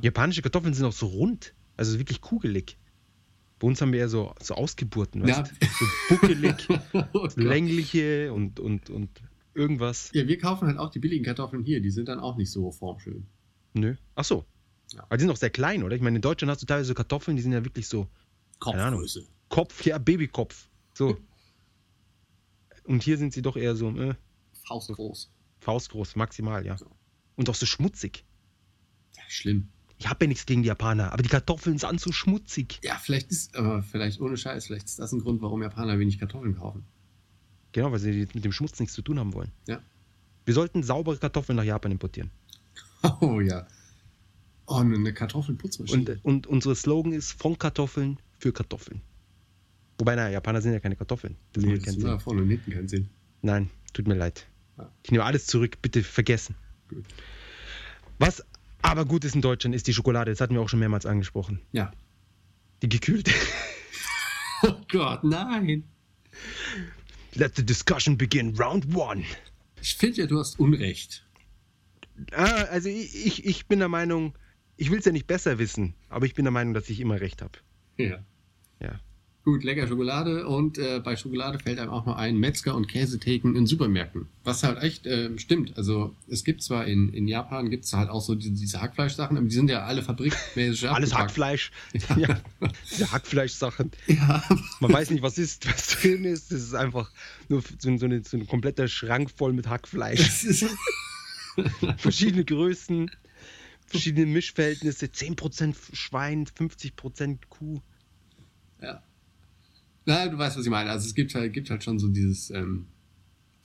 S2: Japanische Kartoffeln sind auch so rund, also wirklich kugelig. Bei uns haben wir eher so, so Ausgeburten,
S1: Ja.
S2: weißt du? So buckelig,
S1: oh Gott.
S2: längliche und, und, und irgendwas.
S1: ja, wir kaufen halt auch die billigen Kartoffeln hier, die sind dann auch nicht so formschön.
S2: Nö. Ach so.
S1: Ja.
S2: Aber die sind auch sehr klein, oder? Ich meine, in Deutschland hast du teilweise so Kartoffeln, die sind ja wirklich so Ahnung.
S1: Kopfgröße.
S2: Kopf, ja, Babykopf. So. Und hier sind sie doch eher so äh,
S1: Faustgroß.
S2: faustgroß, maximal, ja.
S1: So.
S2: Und auch so schmutzig.
S1: Ja, schlimm.
S2: Ich habe ja nichts gegen die Japaner, aber die Kartoffeln sind so schmutzig.
S1: Ja, vielleicht ist, aber vielleicht ohne Scheiß, vielleicht ist das ein Grund, warum Japaner wenig Kartoffeln kaufen.
S2: Genau, weil sie mit dem Schmutz nichts zu tun haben wollen.
S1: Ja.
S2: Wir sollten saubere Kartoffeln nach Japan importieren.
S1: Oh ja. Oh, eine
S2: Und,
S1: Kartoffelputzmaschine.
S2: äh, und unser Slogan ist von Kartoffeln für Kartoffeln. Wobei, naja, Japaner sind ja keine Kartoffeln. Das
S1: nee,
S2: macht
S1: das
S2: keinen
S1: war
S2: Sinn.
S1: vorne und hinten keinen Sinn.
S2: Nein, tut mir leid.
S1: Ja.
S2: Ich nehme alles zurück, bitte vergessen.
S1: Gut.
S2: Was aber gut ist in Deutschland, ist die Schokolade. Das hatten wir auch schon mehrmals angesprochen.
S1: Ja.
S2: Die gekühlte.
S1: Oh Gott, nein.
S2: Let the discussion begin, round one.
S1: Ich finde ja, du hast Unrecht.
S2: Ah, also ich, ich, ich bin der Meinung, ich will es ja nicht besser wissen, aber ich bin der Meinung, dass ich immer recht habe.
S1: Ja.
S2: Ja.
S1: Gut, lecker Schokolade und äh, bei Schokolade fällt einem auch noch ein Metzger und Käsetheken in Supermärkten. Was halt echt ähm, stimmt. Also es gibt zwar in, in Japan gibt's halt auch so die, diese Hackfleischsachen, aber die sind ja alle fabrikmäßig
S2: Alles
S1: abgepackt.
S2: Hackfleisch. Ja. Diese Hackfleischsachen.
S1: Ja,
S2: Man weiß nicht, was ist, was drin ist. Das ist einfach nur so, ein- so, eine, so ein kompletter Schrank voll mit Hackfleisch.
S1: das ist,
S2: Verschiedene Größen, verschiedene Mischverhältnisse, 10% Schwein, 50% Kuh.
S1: ja. Na, du weißt, was ich meine. Also es gibt halt, gibt halt schon so dieses ähm,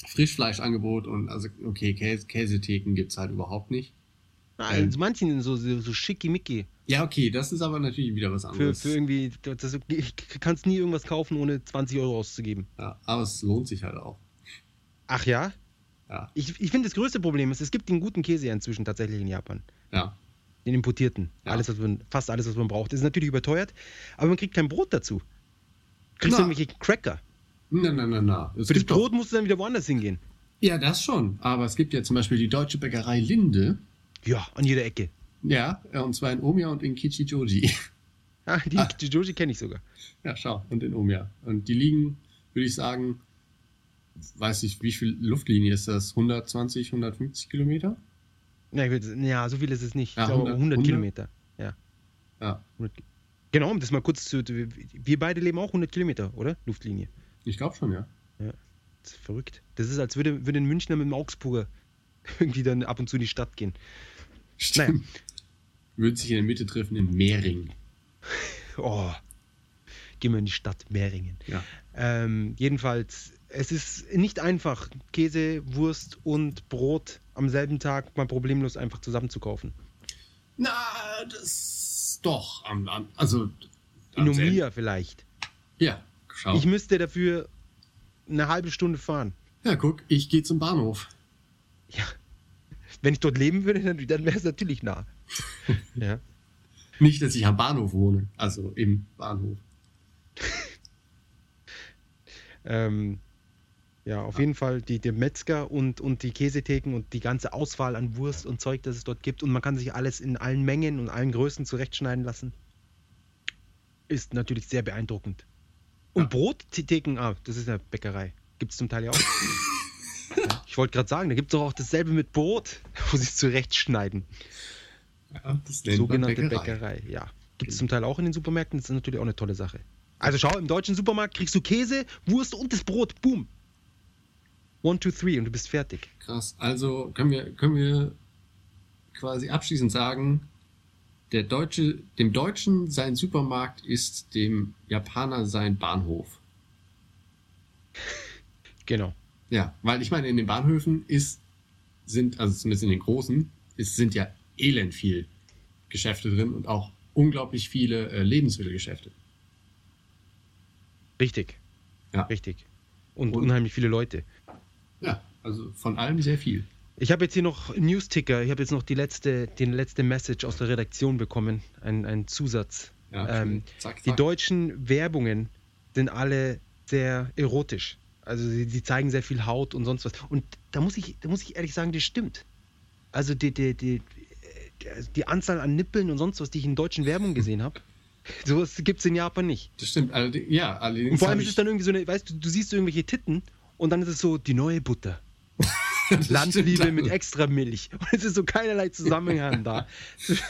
S1: Frischfleischangebot und also okay, Käse, Käsetheken gibt's halt überhaupt nicht.
S2: Nein, also manche sind so, so, so schickimicki.
S1: Ja, okay, das ist aber natürlich wieder was
S2: Für,
S1: anderes.
S2: für irgendwie, das, ich kann nie irgendwas kaufen, ohne 20 Euro auszugeben.
S1: ja, aber es lohnt sich halt auch.
S2: Ach ja?
S1: Ja,
S2: Ich, ich finde, das größte Problem ist, es gibt den guten Käse ja inzwischen tatsächlich in Japan.
S1: ja.
S2: Den importierten.
S1: Ja.
S2: Alles, was man, fast alles, was man braucht. Das ist natürlich überteuert, aber man kriegt kein Brot dazu. Kriegst
S1: Na.
S2: du irgendwelche Cracker.
S1: Na, na, na, na. Es
S2: Für das
S1: gibt doch-
S2: Brot musst du dann wieder woanders hingehen.
S1: Ja, das schon. Aber es gibt ja zum Beispiel die deutsche Bäckerei Linde.
S2: Ja, an jeder Ecke.
S1: Ja, äh, und zwar in Omiya und in Kichijoji.
S2: Ah, die,
S1: Ah.
S2: die Joji kenne ich sogar.
S1: Ja, schau, und in Omiya. Und die liegen, würde ich sagen, weiß nicht, wie viel Luftlinie ist das? 120, 150 Kilometer?
S2: Ja, ich will, ja so viel ist es nicht.
S1: Ja,
S2: ich glaube,
S1: 100,
S2: 100,
S1: 100.
S2: Kilometer. Ja.
S1: Ja,
S2: 100. Ki- Genau, um das mal kurz zu. Wir beide leben auch 100 Kilometer, oder? Luftlinie.
S1: ich glaube schon, ja.
S2: Das ist verrückt. Das ist, als würde, würde ein Münchner mit dem Augsburger irgendwie dann ab und zu in die Stadt gehen.
S1: Stimmt. Würden sich in der Mitte treffen in Mehring.
S2: Oh, gehen wir in die Stadt Mehringen.
S1: Ja.
S2: Ähm, jedenfalls, es ist nicht einfach, Käse, Wurst und Brot am selben Tag mal problemlos einfach zusammenzukaufen.
S1: Na, das doch. Am, am, also. am
S2: In
S1: selben-
S2: Umia vielleicht.
S1: Ja, schau.
S2: Ich müsste dafür eine halbe Stunde fahren.
S1: ja, guck, ich gehe zum Bahnhof.
S2: Ja. Wenn ich dort leben würde, dann, dann wäre es natürlich nah. ja.
S1: Nicht, dass ich am Bahnhof wohne. Also im Bahnhof.
S2: Ähm, ja, auf jeden Fall die, die Metzger und, und die Käsetheken und die ganze Auswahl an Wurst und Zeug, das es dort gibt. Und man kann sich alles in allen Mengen und allen Größen zurechtschneiden lassen. Ist natürlich sehr beeindruckend. Und
S1: Ja.
S2: Brottheken, ah, das ist eine Bäckerei. Gibt es zum Teil ja auch. ja, ich wollte gerade sagen, da gibt es doch auch dasselbe mit Brot, wo sie es zurechtschneiden.
S1: Ja, das nennt man
S2: Sogenannte
S1: Bäckerei. Genau.
S2: Bäckerei. ja. Gibt es zum Teil auch in den Supermärkten, das ist natürlich auch eine tolle Sache. Also schau, im deutschen Supermarkt kriegst du Käse, Wurst und das Brot. Boom. One, two, three und du bist fertig.
S1: Krass. Also können wir, können wir quasi abschließend sagen, der Deutsche, dem Deutschen sein Supermarkt ist dem Japaner sein Bahnhof.
S2: Genau.
S1: Ja, weil ich meine, in den Bahnhöfen ist, sind, also zumindest in den großen, es sind ja elend viel Geschäfte drin und auch unglaublich viele äh, Lebensmittelgeschäfte.
S2: Richtig.
S1: Ja.
S2: Richtig. Und,
S1: Und-
S2: unheimlich viele Leute.
S1: Ja, also von allem sehr viel.
S2: Ich habe jetzt hier noch News-Ticker. Ich habe jetzt noch die letzte, die letzte Message aus der Redaktion bekommen. Ein, ein Zusatz.
S1: Ja,
S2: Ähm,
S1: zack,
S2: Die deutschen Werbungen sind alle sehr erotisch. Also sie, sie zeigen sehr viel Haut und sonst was. Und da muss ich, da muss ich ehrlich sagen, das stimmt. Also die, die, die, äh, die Anzahl an Nippeln und sonst was, die ich in deutschen Werbungen gesehen habe, sowas gibt es in Japan nicht.
S1: Das stimmt. Allerdings, ja, allerdings.
S2: Und vor allem
S1: hab
S2: ist es
S1: ich-
S2: dann irgendwie so eine, weißt du, du siehst so irgendwelche Titten und dann ist es so die neue Butter.
S1: Das
S2: Landliebe
S1: stimmt.
S2: mit extra Milch. Und es ist so keinerlei Zusammenhang da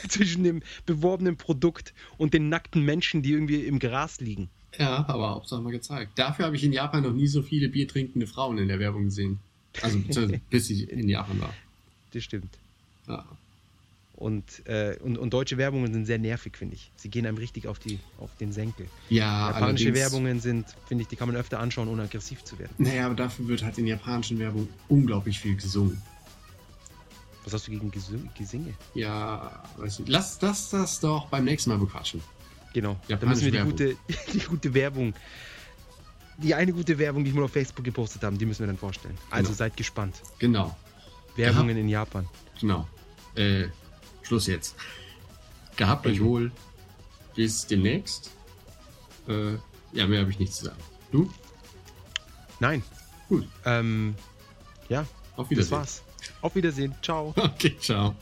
S2: zwischen dem beworbenen Produkt und den nackten Menschen, die irgendwie im Gras liegen.
S1: Ja, aber Hauptsache mal gezeigt. Dafür habe ich in Japan noch nie so viele biertrinkende Frauen in der Werbung gesehen. Also beziehungsweise, bis ich in Japan war.
S2: Das stimmt.
S1: Ja.
S2: Und, äh, und, und deutsche Werbungen sind sehr nervig, finde ich. Sie gehen einem richtig auf, die, auf den Senkel.
S1: Ja, Ah,
S2: Japanische
S1: allerdings-
S2: Werbungen sind, finde ich, die kann man öfter anschauen, ohne aggressiv zu werden.
S1: Naja, aber dafür wird halt in japanischen Werbung unglaublich viel gesungen.
S2: Was hast du gegen Gesü- Gesinge?
S1: Ja, weiß nicht. Lass das, das doch beim nächsten Mal bequatschen.
S2: Genau, da
S1: Japanische
S2: müssen wir die
S1: Werbung.
S2: gute, die gute Werbung, die eine gute Werbung, die wir auf Facebook gepostet haben, die müssen wir dann vorstellen. Also
S1: Genau.
S2: seid gespannt.
S1: Genau,
S2: Werbungen in Japan.
S1: genau. Äh, Schluss jetzt. Gehabt euch
S2: Mhm.
S1: wohl. Bis demnächst. Äh, ja, mehr habe ich nicht zu sagen. Du?
S2: Nein.
S1: Gut.
S2: Ähm, ja,
S1: Auf
S2: das
S1: Wiedersehen.
S2: war's. Auf Wiedersehen. Ciao.
S1: Okay, ciao.